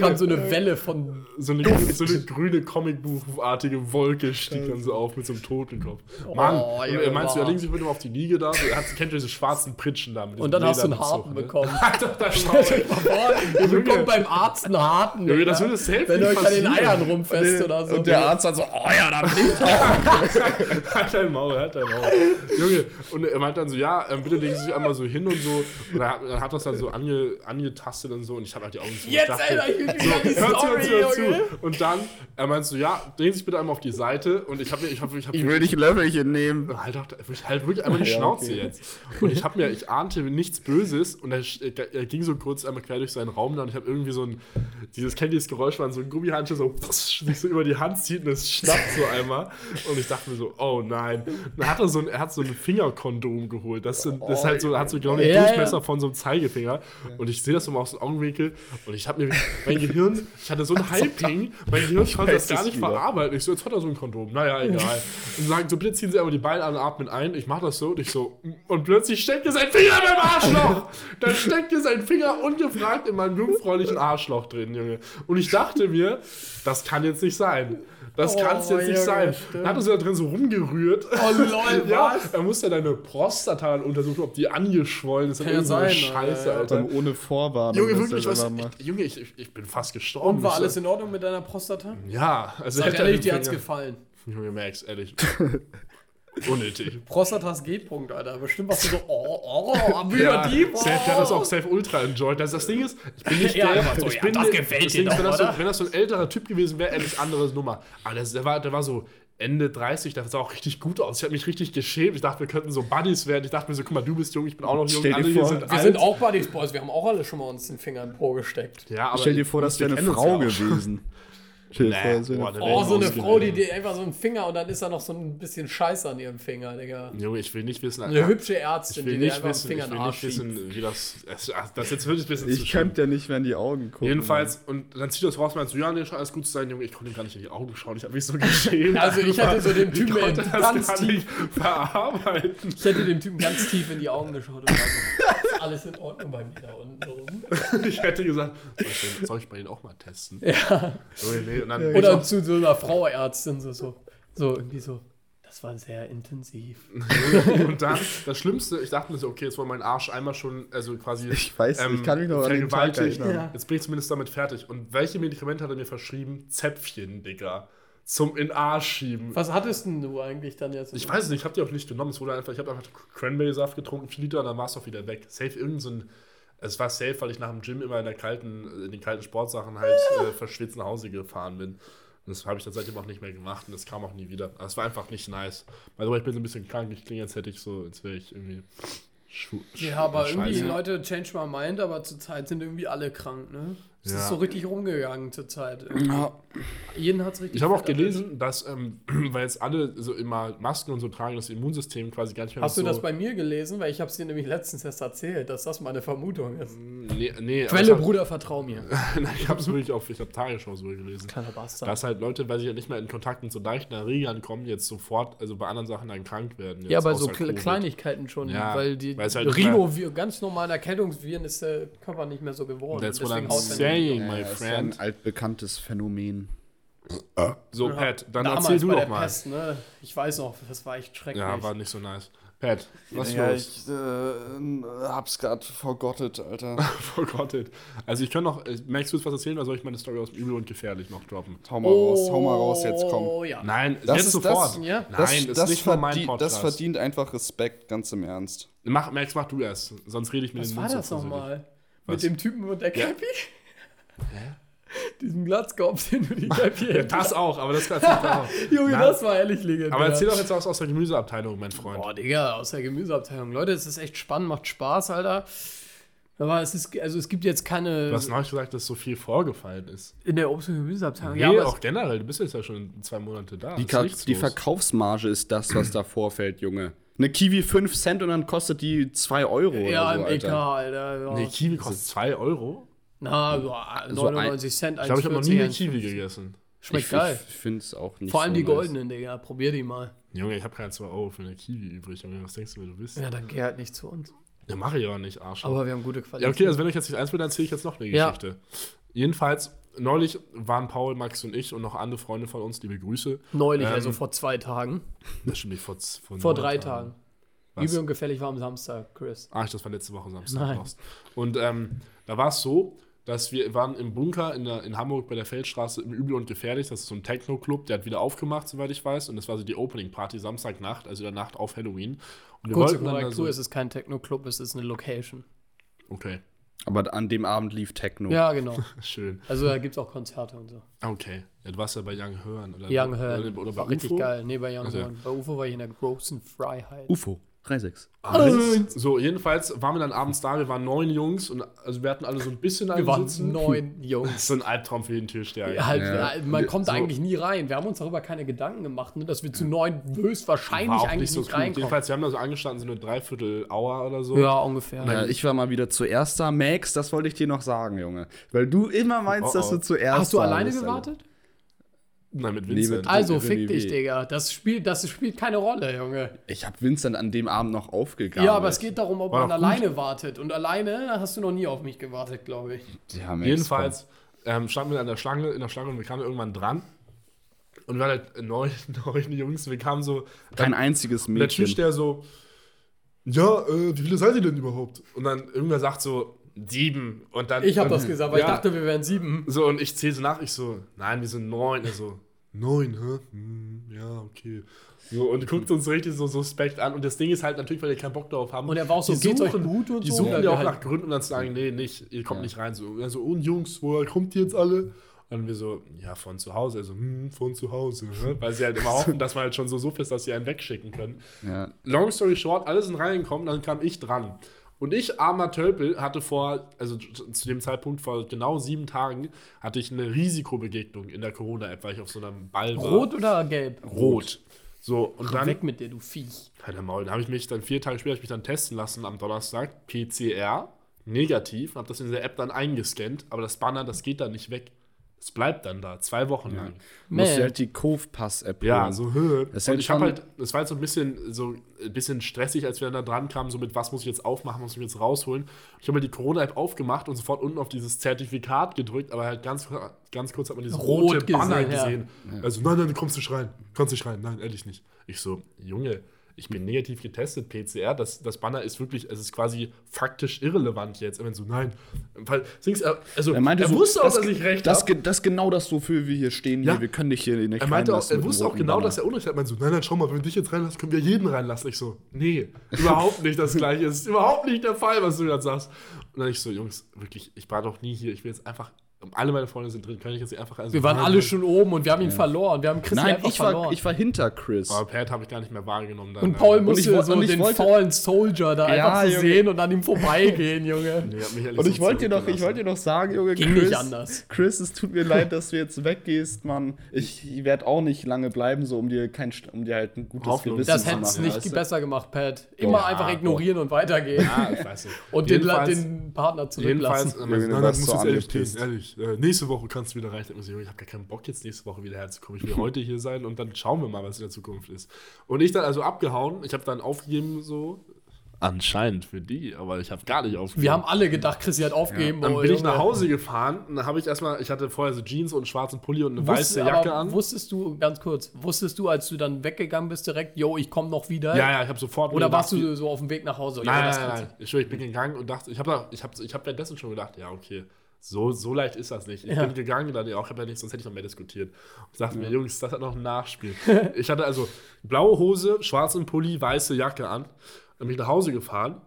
S3: kam so eine Welle von.
S1: So eine, so eine grüne Comicbuchartige Wolke stieg dann so auf mit so einem Totenkopf. Mann,
S3: Oh,
S1: und,
S3: Junge,
S1: äh, meinst du, er
S3: Mann.
S1: legt sich mit ihm auf die Liege da? So, Er hat, kennt ihr diese schwarzen Pritschen da mit
S3: Und
S1: diesem
S3: dann hast du einen
S1: Lederbezug,
S3: Harten
S1: ne?
S3: bekommen.
S1: Alter, das Maul.
S3: Ihr bekommt beim Arzt einen harten.
S1: Junge,
S3: Digga.
S1: das würde safe
S3: Wenn ihr
S1: nicht
S3: euch an den
S1: passieren.
S3: Eiern rumfest oder so.
S2: Und der Arzt hat so, oh ja, da
S1: Halt dein Maul, halt dein Maul. Junge, und er meint dann so, ja, ähm, bitte legen Sie sich einmal so hin und so. Und er hat, er hat das dann so ange, angetastet und so. Und ich habe halt die Augen zu.
S3: Jetzt,
S1: Ich
S3: Alter, ich will wieder die
S1: Hört zu, hört
S3: Story,
S1: zu, hört
S3: Junge.
S1: zu. Und dann, er meint so, ja, drehen Sie sich bitte einmal auf die Seite. Und ich habe mir, ich habe, ich habe
S2: Ich will nicht Löffelchen nehmen.
S1: halt, doch, halt wirklich einmal die
S2: Ja,
S1: Schnauze
S2: okay.
S1: jetzt. Und ich habe mir, ich ahnte nichts Böses und er, sch- er ging so kurz einmal quer durch seinen Raum da und ich habe irgendwie so ein, dieses, kennt ihr das Geräusch, wenn so ein Gummihandschuh so, sich so über die Hand zieht und es schnappt so einmal. Und ich dachte mir so, oh nein. Und dann hat er so ein, er hat so ein Fingerkondom geholt. Das, sind, das ist halt so, hat so genau den
S3: Ja, ja.
S1: Durchmesser von so einem Zeigefinger. Und ich sehe das so mal aus dem Augenwinkel und ich habe mir, mein Gehirn, ich hatte so ein Hyping, mein Gehirn konnte das
S2: weiß
S1: gar
S2: es
S1: nicht
S2: wieder.
S1: verarbeiten arbeiten. Ich so, jetzt hat er so ein Kondom. Naja, egal. Und sagen so, bitte ziehen Sie aber die Beine an und atmen ein. Ich mach das so. Und ich so, mm. und plötzlich steckt dir sein Finger in meinem Arschloch. Dann steckt dir sein Finger ungefragt in meinem jungfräulichen Arschloch drin, Junge. Und ich dachte mir, das kann jetzt nicht sein. Das
S3: Oh,
S1: kann es jetzt nicht
S3: Junge,
S1: sein.
S3: stimmt.
S1: Dann hat er so da drin so rumgerührt.
S3: Oh lol,
S1: ja,
S3: was?
S1: er musste deine Prostata dann untersuchen, ob die angeschwollen ist.
S3: Kann ja
S1: Oder so eine
S3: sein,
S1: Scheiße,
S3: ja, ja.
S1: Alter.
S2: ohne Vorwarnung.
S1: Junge,
S2: dass
S1: wirklich,
S2: der
S1: was?
S2: selber macht.
S1: Ich, Junge, ich, ich, ich bin fast gestorben.
S3: Und war
S1: Ich so-
S3: alles in Ordnung mit deiner Prostata?
S1: Ja, also
S3: Sag
S1: hätte er
S3: ehrlich,
S1: den
S3: dir hat's
S1: Finger-
S3: gefallen.
S1: Junge, Max, ehrlich. Unnötig.
S3: Prostatas G-Punkt, Alter. Bestimmt warst du so, oh, oh, aber
S1: Ja,
S3: wieder die. Oh.
S1: safe, der hat das auch safe ultra enjoyed. Das, das Ding ist, ich bin nicht
S3: Ja,
S1: der.
S3: aber so,
S1: ich
S3: ja,
S1: bin
S3: das
S1: nicht-
S3: gefällt
S1: das
S3: dir
S1: Ding ist, wenn
S3: doch,
S1: das so-
S3: oder?
S1: Wenn das so ein älterer Typ gewesen wäre, ehrlich andere Nummer. Aber das, der, war, der war so Ende 30, der sah auch richtig gut aus. Ich habe mich richtig geschämt. Ich dachte, wir könnten so Buddies werden. Ich dachte mir so, guck mal, du bist jung, ich bin auch noch jung.
S2: Stell dir
S1: alle hier
S2: vor,
S1: sind
S2: wir
S3: Wir
S1: alt.
S3: sind auch Buddies Boys, wir haben auch alle schon mal uns den Finger im Po gesteckt.
S1: ja, aber
S2: Stell dir vor, das
S1: wir
S2: wäre eine
S1: kennen uns
S2: Frau
S1: ja auch.
S2: gewesen. Stell dir
S1: Nee,
S2: vor, das wäre
S1: boah,
S2: eine
S1: das
S2: Frau.
S3: Oh, so eine
S1: ausgewählt.
S3: Frau, die dir einfach so einen Finger und dann ist da noch so ein bisschen Scheiß an ihrem Finger, Digga.
S1: Junge, ich will nicht wissen.
S3: Eine hübsche Ärztin,
S1: ich
S3: die
S1: will
S3: dir
S1: nicht
S3: einfach
S1: wissen,
S3: einen
S1: ich
S3: Finger in
S1: will nicht
S3: den Arsch schiebt.
S1: wissen, wie das. Das das ist jetzt wirklich ein bisschen zu
S2: Ich
S1: schlimm.
S2: könnte ja nicht mehr in die Augen gucken.
S1: Jedenfalls, und dann zieht er es raus und meint so, ja, nee, scheint alles gut zu sein, Junge. Ich konnte ihm gar nicht in die Augen schauen, ich habe mich so geschämt.
S3: Also ich hätte so dem
S1: ich
S3: Typen
S1: konnte das
S3: ganz
S1: gar
S3: tief,
S1: nicht verarbeiten.
S3: ich hätte dem Typen ganz tief in die Augen geschaut und war so, ist alles in Ordnung bei mir da unten rum.
S1: Ich hätte gesagt, soll ich, denn, soll ich bei denen auch mal testen?
S3: Ja. genau.
S1: Junge, nee, und dann
S3: Oder zu so einer Frauärztin so, so, so irgendwie so. Das war sehr intensiv.
S1: und dann, das Schlimmste, ich dachte mir so, okay, jetzt war mein Arsch einmal schon, also quasi. ähm,
S2: Ich weiß nicht, ich kann mich noch an den Tag
S1: vergewaltigt.
S2: erinnern.
S3: Ja.
S1: Jetzt bin ich zumindest damit fertig. Und welche Medikamente hat er mir verschrieben? Zäpfchen, Digga. Zum in Arsch schieben.
S3: Was hattest denn du eigentlich dann jetzt?
S1: Ich weiß nicht, ich habe die auch nicht genommen. Es wurde einfach, ich habe einfach Cranberry-Saft getrunken, vier Liter, und dann war es auch wieder weg. Safe irgend so ein, es war safe, weil ich nach dem Gym immer in der kalten, in den kalten Sportsachen halt äh, verschwitzt nach Hause gefahren bin. Und das habe ich dann seitdem auch nicht mehr gemacht und das kam auch nie wieder. Aber es war einfach nicht nice. By the way, ich bin so ein bisschen krank, ich klinge, als hätte ich so, als wäre ich irgendwie. Schu
S3: Ja, aber irgendwie
S1: Scheiße.
S3: Leute change my mind, aber zurzeit sind irgendwie alle krank, ne? Es
S1: Ja.
S3: ist so richtig rumgegangen zurzeit.
S2: Ja.
S3: Jeden hat's richtig.
S1: Ich habe auch
S3: fett erwischt.
S1: gelesen, dass, ähm, weil jetzt alle so immer Masken und so tragen, das Immunsystem quasi gar nicht mehr
S3: Hast
S1: so
S3: du das bei mir gelesen? Weil ich habe es dir nämlich letztens erst erzählt, dass das meine Vermutung ist.
S1: Nee, nee, aber
S3: Quelle,
S1: ich
S3: Bruder, vertrau mir.
S1: hab, Nein, ich habe es wirklich auf, ich habe Tagesschau so gelesen.
S3: Kleiner Bastard.
S1: Dass halt Leute, weil sie ja nicht mehr in Kontakt mit so leichten Erregern kommen, jetzt sofort, also bei anderen Sachen dann krank werden. Jetzt,
S3: ja, bei so
S1: außer
S3: kle-
S1: Covid.
S3: Kleinigkeiten schon,
S1: Ja,
S3: weil die
S1: weil es halt
S3: Rhino, ganz normalen Erkältungsviren ist der Körper nicht mehr so geworden.
S1: That's what
S3: Deswegen
S1: I'm
S3: haut's dann-
S1: saying, my
S2: Ja, ist ja ein
S1: friend.
S2: altbekanntes Phänomen.
S1: So, Pat, dann
S3: Damals
S1: erzähl du
S3: bei
S1: doch
S3: der
S1: mal.
S3: Pest, ne? Ich weiß noch, das war echt schrecklich.
S1: Ja, war nicht so nice. Pat, was
S2: ja,
S1: los?
S2: ich äh, hab's gerade forgottet, Alter.
S1: Forgottet. Oh Also ich kann noch, äh, merkst du jetzt was erzählen oder soll ich meine Story aus dem Übel und Gefährlich noch droppen?
S2: Hau mal raus, hau mal raus, jetzt komm.
S3: Oh ja.
S1: Nein,
S2: Das
S1: jetzt
S2: ist
S1: sofort.
S2: das,
S3: ja.
S1: Nein,
S2: Das,
S1: das,
S2: das
S1: ist nicht nur mein
S2: verdient- Das
S1: Podcast.
S2: verdient einfach Respekt, ganz im Ernst.
S1: mach, Max, mach du erst, sonst rede ich mir
S3: Was
S1: den
S3: war
S1: Mund
S3: das
S1: so persönlich.
S3: nochmal?
S1: Was?
S3: Mit dem Typen und der Cappy? Diesen Glatzkopf, den du die Cappy
S1: Ja, das auch, aber das erzähl ich auch.
S3: Junge,
S1: Nein.
S3: das war ehrlich legendär.
S1: Aber erzähl doch jetzt was aus der Gemüseabteilung, mein Freund.
S3: Boah, Digga, aus der Gemüseabteilung. Leute, es ist echt spannend, macht Spaß, Alter. Aber es ist, also es gibt jetzt keine.
S1: Du hast neulich gesagt, dass so viel vorgefallen ist.
S3: in der Obst- und Gemüseabteilung.
S1: Nee,
S3: ja, aber
S1: auch generell. Du bist jetzt ja schon zwei Monate da.
S2: Die,
S1: Ist
S2: Ka
S1: nichts
S2: die
S1: los.
S2: Verkaufsmarge ist das, was da vorfällt, Junge. Eine Kiwi 5 Cent und dann kostet die 2 Euro
S3: es,
S2: oder
S3: ja
S2: so,
S3: im EK,
S2: Alter.
S3: Alter. Ja.
S1: Nee, Kiwi kostet 2 Euro.
S3: Na, so
S2: So ein-
S3: 99 Cent,
S1: Ich glaube, ich habe noch nie eine
S3: 1,40,
S1: Kiwi gegessen.
S3: Schmeckt
S2: ich,
S3: geil.
S2: Ich finde es auch nicht
S3: Vor allem
S2: so
S3: die
S2: nice.
S3: goldenen, Digga. Probier die mal.
S1: Junge, ich habe keine 2 Euro für eine Kiwi übrig. Junge, was denkst du, wer du bist?
S3: Ja, dann geh halt nicht zu uns.
S1: Ja, mache ich aber nicht, Arsch.
S3: Aber wir haben gute Qualität.
S1: Ja, okay, also wenn euch jetzt nicht eins will, dann erzähle ich jetzt noch eine
S3: Ja.
S1: Geschichte. Jedenfalls, neulich waren Paul, Max und ich und noch andere Freunde von uns, liebe Grüße.
S3: Neulich,
S1: Ähm,
S3: also vor zwei Tagen.
S1: Das stimmt nicht, vor, z- vor,
S3: Vor
S1: neun
S3: drei Tagen.
S1: Was?
S3: Übel und gefährlich war am Samstag, Chris.
S1: Ach, Ah, das war letzte Woche Samstag.
S3: Nein.
S1: Lost. Und ähm, da war es so, dass wir waren im Bunker in, der, in Hamburg bei der Feldstraße im Übel und Gefährlich. Das ist so ein Techno-Club, der hat wieder aufgemacht, soweit ich weiß. Und das war so die Opening-Party Samstagnacht, also der Nacht auf Halloween. Und wir
S3: Kurze
S1: wollten dann da
S3: Korrektur,
S1: so. Oh.
S3: es ist kein Techno-Club, es ist eine Location.
S1: Okay,
S2: Aber an dem Abend lief Techno.
S3: Ja, genau.
S1: schön. Ah,
S3: Also da gibt es auch Konzerte und so.
S1: Okay. Ja, du warst ja bei Young Hearn. Oder
S3: Young
S1: Oder,
S3: Hearn.
S1: oder bei
S3: war richtig
S1: UFO.
S3: geil. Nee, bei Young
S1: Also-
S3: Hearn. Bei UFO war ich in der großen Freiheit.
S2: UFO, 3,6.
S1: Alles. Ah, So, jedenfalls waren wir dann abends da. Wir waren neun Jungs und also wir hatten alle so ein bisschen
S3: Wir
S1: einen
S3: waren
S1: Sitzen.
S3: neun Jungs.
S1: Das ist so ein Albtraum für jeden Türsteher.
S3: Halt,
S2: Ja.
S3: äh, Man kommt da
S1: So.
S3: eigentlich nie rein. Wir haben uns darüber keine Gedanken gemacht, ne, dass wir zu neun
S1: War
S3: höchstwahrscheinlich
S1: auch
S3: eigentlich
S1: nicht
S3: nicht,
S1: so gut.
S3: reinkommen.
S1: Jedenfalls, wir haben da so angestanden, so eine Dreiviertel-Hour oder so.
S3: Ja, ungefähr.
S2: Ja, ich war mal wieder zuerst da. Max, das wollte ich dir noch sagen, Junge. Weil du immer
S1: Oh,
S2: meinst,
S1: oh.
S2: dass du zuerst
S3: Hast du
S2: da
S3: alleine
S2: bist, Alter.
S3: gewartet?
S1: Nein, mit
S2: Nee,
S1: Vincent.
S2: mit-
S3: Also,
S2: Irgendwie
S3: fick dich,
S2: wie-
S3: Digga. Das spielt, das spielt keine Rolle, Junge.
S2: Ich habe Vincent an dem Abend noch aufgegangen.
S3: Ja, aber es geht darum, ob
S1: War
S3: man
S1: doch gut.
S3: alleine wartet. Und alleine hast du noch nie auf mich gewartet, glaube ich.
S2: Ja, Max,
S1: Jedenfalls ähm, standen wir an der Schlange, in der Schlange und wir kamen irgendwann dran. Und wir waren halt neun, neun Jungs. Wir kamen so.
S2: komm. Kein einziges
S1: Und der
S2: Mädchen.
S1: Türsteher so, ja, äh, wie viele seid ihr denn überhaupt? Und dann irgendwer sagt so, sieben. Und dann,
S3: Ich habe
S1: und,
S3: das gesagt, weil
S1: ja.
S3: ich dachte, wir wären sieben.
S1: So, und ich zähle so nach, ich so, nein, wir sind neun. Er so, neun, hä? Hm, ja, okay. So,
S3: Mhm.
S1: und guckt uns richtig so suspekt an. Und das Ding ist halt natürlich, weil wir keinen Bock darauf haben.
S3: Und er war auch so,
S1: die
S3: geht's euch
S1: suchen-
S3: gut und
S1: Die
S3: so?
S1: suchen
S3: Ja,
S1: ja
S3: wir
S1: auch
S3: halt-
S1: nach Gründen und dann sagen, nee, nicht, ihr kommt nicht rein. So, also, und Jungs, woher kommt ihr jetzt alle? Und dann wir so, ja, von zu Hause. Also, hm, von zu Hause. hä? Weil sie halt immer hoffen, dass man halt schon so so ist, dass sie einen wegschicken können.
S2: Ja.
S1: Long story short, alle sind reingekommen, dann kam ich dran. Und ich, armer Tölpel, hatte vor, also zu dem Zeitpunkt vor genau sieben Tagen, hatte ich eine Risikobegegnung in der Corona-App, weil ich auf so einem Ball war.
S3: Rot oder gelb?
S1: Rot. So, und dann,
S3: Weg mit dir, du Viech.
S1: halt am Maul, dann habe ich mich dann vier Tage später, habe ich mich dann testen lassen am Donnerstag, PCR, negativ, und habe das in der App dann eingescannt, aber das Banner, das geht dann nicht weg. Es bleibt dann da, zwei Wochen lang.
S2: Musst
S3: Man.
S2: du halt die Kaufpass-App
S1: Ja,
S2: holen.
S1: so hö.
S2: Das ist
S1: und
S2: halt
S1: ich habe
S2: schon-
S1: halt, es war halt so ein bisschen so ein bisschen stressig, als wir dann da dran kamen, so mit was muss ich jetzt aufmachen, was muss ich jetzt rausholen. Ich habe mal die Corona-App aufgemacht und sofort unten auf dieses Zertifikat gedrückt, aber halt ganz, ganz kurz hat man dieses
S3: Rot
S1: rote Banner
S3: gesehen, ja.
S1: gesehen. Also, nein, nein, du kommst nicht rein. Du Kannst nicht rein, nein, ehrlich nicht. Ich so, Junge, ich bin negativ getestet, PCR. Das, das Banner ist wirklich, es ist quasi faktisch irrelevant jetzt. Und wenn so, nein. Weil, also,
S2: Er meinte so,
S1: wusste auch,
S2: das,
S1: dass ich recht
S2: das,
S1: hab.
S2: ge- das genau das, wofür wir hier stehen.
S1: Ja.
S2: Hier. Wir können dich hier nicht
S1: Er meinte auch,
S2: reinlassen
S1: er
S2: mit
S1: wusste
S2: dem
S1: auch
S2: roten
S1: genau,
S2: Banner.
S1: dass er Unrecht hat. Er meinte so, nein, nein, schau mal, wenn wir dich jetzt reinlassen, können wir jeden reinlassen. Ich so, nee, überhaupt nicht das Gleiche. Es ist überhaupt nicht der Fall, was du gerade sagst. Und dann ich so, Jungs, wirklich, ich war doch nie hier. Ich will jetzt einfach, um alle meine Freunde sind drin, kann ich jetzt nicht einfach... Also
S3: Wir waren
S1: nein,
S3: alle
S1: nein.
S3: schon oben und wir haben ihn verloren. Wir haben Christian
S2: Nein,
S3: einfach
S2: ich
S3: verloren.
S2: war, ich war hinter Chris.
S1: Aber Pat habe ich gar nicht mehr wahrgenommen. Dann,
S3: und Paul
S1: Äh,
S2: Und ich
S3: musste
S2: woll-
S3: so
S2: und ich
S3: den
S2: wollte-
S3: Fallen Soldier da
S2: Ja,
S3: einfach so
S2: Junge.
S3: sehen und an ihm vorbeigehen, Junge.
S1: nee, hat mich ehrlich
S2: Und
S1: so
S2: ich wollte dir noch, ich
S1: zurückgelassen.
S2: wollte dir noch sagen, Junge,
S3: Ging nicht anders.
S2: Chris, es tut mir leid, dass du jetzt weggehst, Mann. Ich werde auch nicht lange bleiben, so um dir kein, St- um dir halt ein gutes
S1: Hoffnung.
S2: Gewissen
S3: Das
S2: zu
S3: hätte es
S2: machen.
S3: nicht
S2: weißt du?
S3: besser gemacht, Pat. Immer
S1: Ja,
S3: einfach ignorieren und weitergehen.
S1: Ah, ich weiß nicht.
S3: Und den, La-
S1: Jedenfalls-
S3: den Partner
S1: Jedenfalls,
S3: zurücklassen.
S1: äh, meinte,
S2: Junge,
S1: nein,
S2: du
S1: nein,
S2: warst
S1: muss
S2: so
S1: jetzt ehrlich,
S2: angepisst.
S1: gehen, ehrlich. Äh, nächste Woche kannst du wieder rein. Ich muss ich, Junge, ich habe gar keinen Bock jetzt nächste Woche wieder herzukommen. Ich will heute hier sein und dann schauen wir mal, was in der Zukunft ist. Und ich dann also abgehauen. Ich habe dann aufgegeben so. Anscheinend für die, aber ich habe gar nicht aufgegeben.
S3: Wir haben alle gedacht, Chrissy hat aufgegeben.
S1: dann
S3: oh,
S1: bin ich
S3: Junge.
S1: nach Hause gefahren und dann habe ich erstmal, ich hatte vorher so Jeans und einen schwarzen Pulli und eine
S3: Wusstest-
S1: weiße Jacke
S3: aber
S1: an.
S3: Wusstest du, ganz kurz, wusstest du, als du dann weggegangen bist, direkt, yo, ich komme noch wieder?
S1: Ja, ja, ich habe sofort.
S3: Oder
S1: gedacht,
S3: warst du so auf dem Weg nach Hause? Ja,
S1: Nein,
S3: das
S1: nein,
S3: kannst
S1: nein, nein. Ich, schwöre, ich bin gegangen und dachte, ich habe ich hab, ich hab währenddessen schon gedacht, ja, okay, so, so leicht ist das nicht. Ich
S3: Ja.
S1: bin gegangen, dann auch, ich habe ja nichts, sonst hätte ich noch mehr diskutiert. Ich dachte mir, Jungs, das hat noch ein Nachspiel. ich hatte also blaue Hose, schwarzen Pulli, weiße Jacke an, dann bin ich nach Hause gefahren.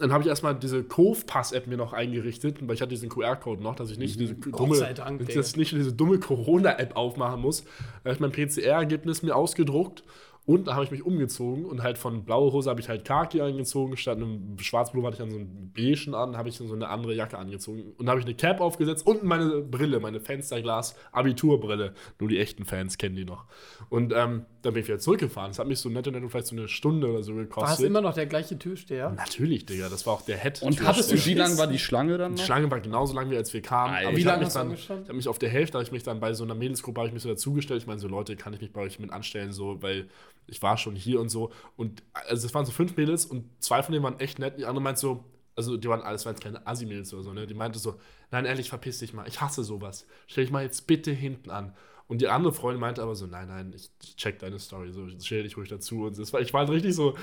S1: Dann habe ich erstmal diese Cove-Pass-App mir noch eingerichtet, weil ich hatte diesen QR-Code noch, dass ich
S3: Mhm.
S1: nicht diese dumme,
S3: sei Dank,
S1: dass
S3: ey.
S1: ich nicht diese dumme Corona-App aufmachen muss. Da habe ich mein PCR-Ergebnis mir ausgedruckt Und da habe ich mich umgezogen und halt von blauer Hose habe ich halt Khaki angezogen, statt einem Schwarzpullover hatte ich dann so einen beigen an, habe ich dann so eine andere Jacke angezogen und habe ich eine Cap aufgesetzt und meine Brille, meine Fensterglas Abiturbrille. Nur die echten Fans kennen die noch. Und ähm, dann bin ich wieder zurückgefahren. Das hat mich so netto netto vielleicht so eine Stunde oder so
S3: War es
S1: gekostet.
S3: immer noch der gleiche Türsteher?
S1: Natürlich, Digga, das war auch der Head.
S2: Und hattest du,
S1: Türsteher.
S2: wie lang war die Schlange dann
S1: Die
S2: noch?
S1: Schlange war genauso lang, wie als wir kamen.
S2: Alter.
S1: Aber
S2: Wie
S1: ich
S3: lange
S1: hab mich
S3: hast du
S1: dann, ich
S3: angestanden?
S1: habe mich auf der Hälfte, habe ich mich dann bei so einer Mädelsgruppe, habe ich mich so dazugestellt. Ich meine, so Leute, kann ich nicht bei euch mit anstellen, so, weil ich war schon hier und so. Und also es waren so fünf Mädels und zwei von denen waren echt nett. Die andere meinte so, also die waren alles waren jetzt keine Assi-Mädels oder so, ne? Die meinte so, nein, ehrlich, verpiss dich mal, ich hasse sowas. Stell dich mal jetzt bitte hinten an. Und die andere Freundin meinte aber so, nein, nein, ich check deine Story, so stell dich ruhig dazu. Und das war, ich war halt richtig so,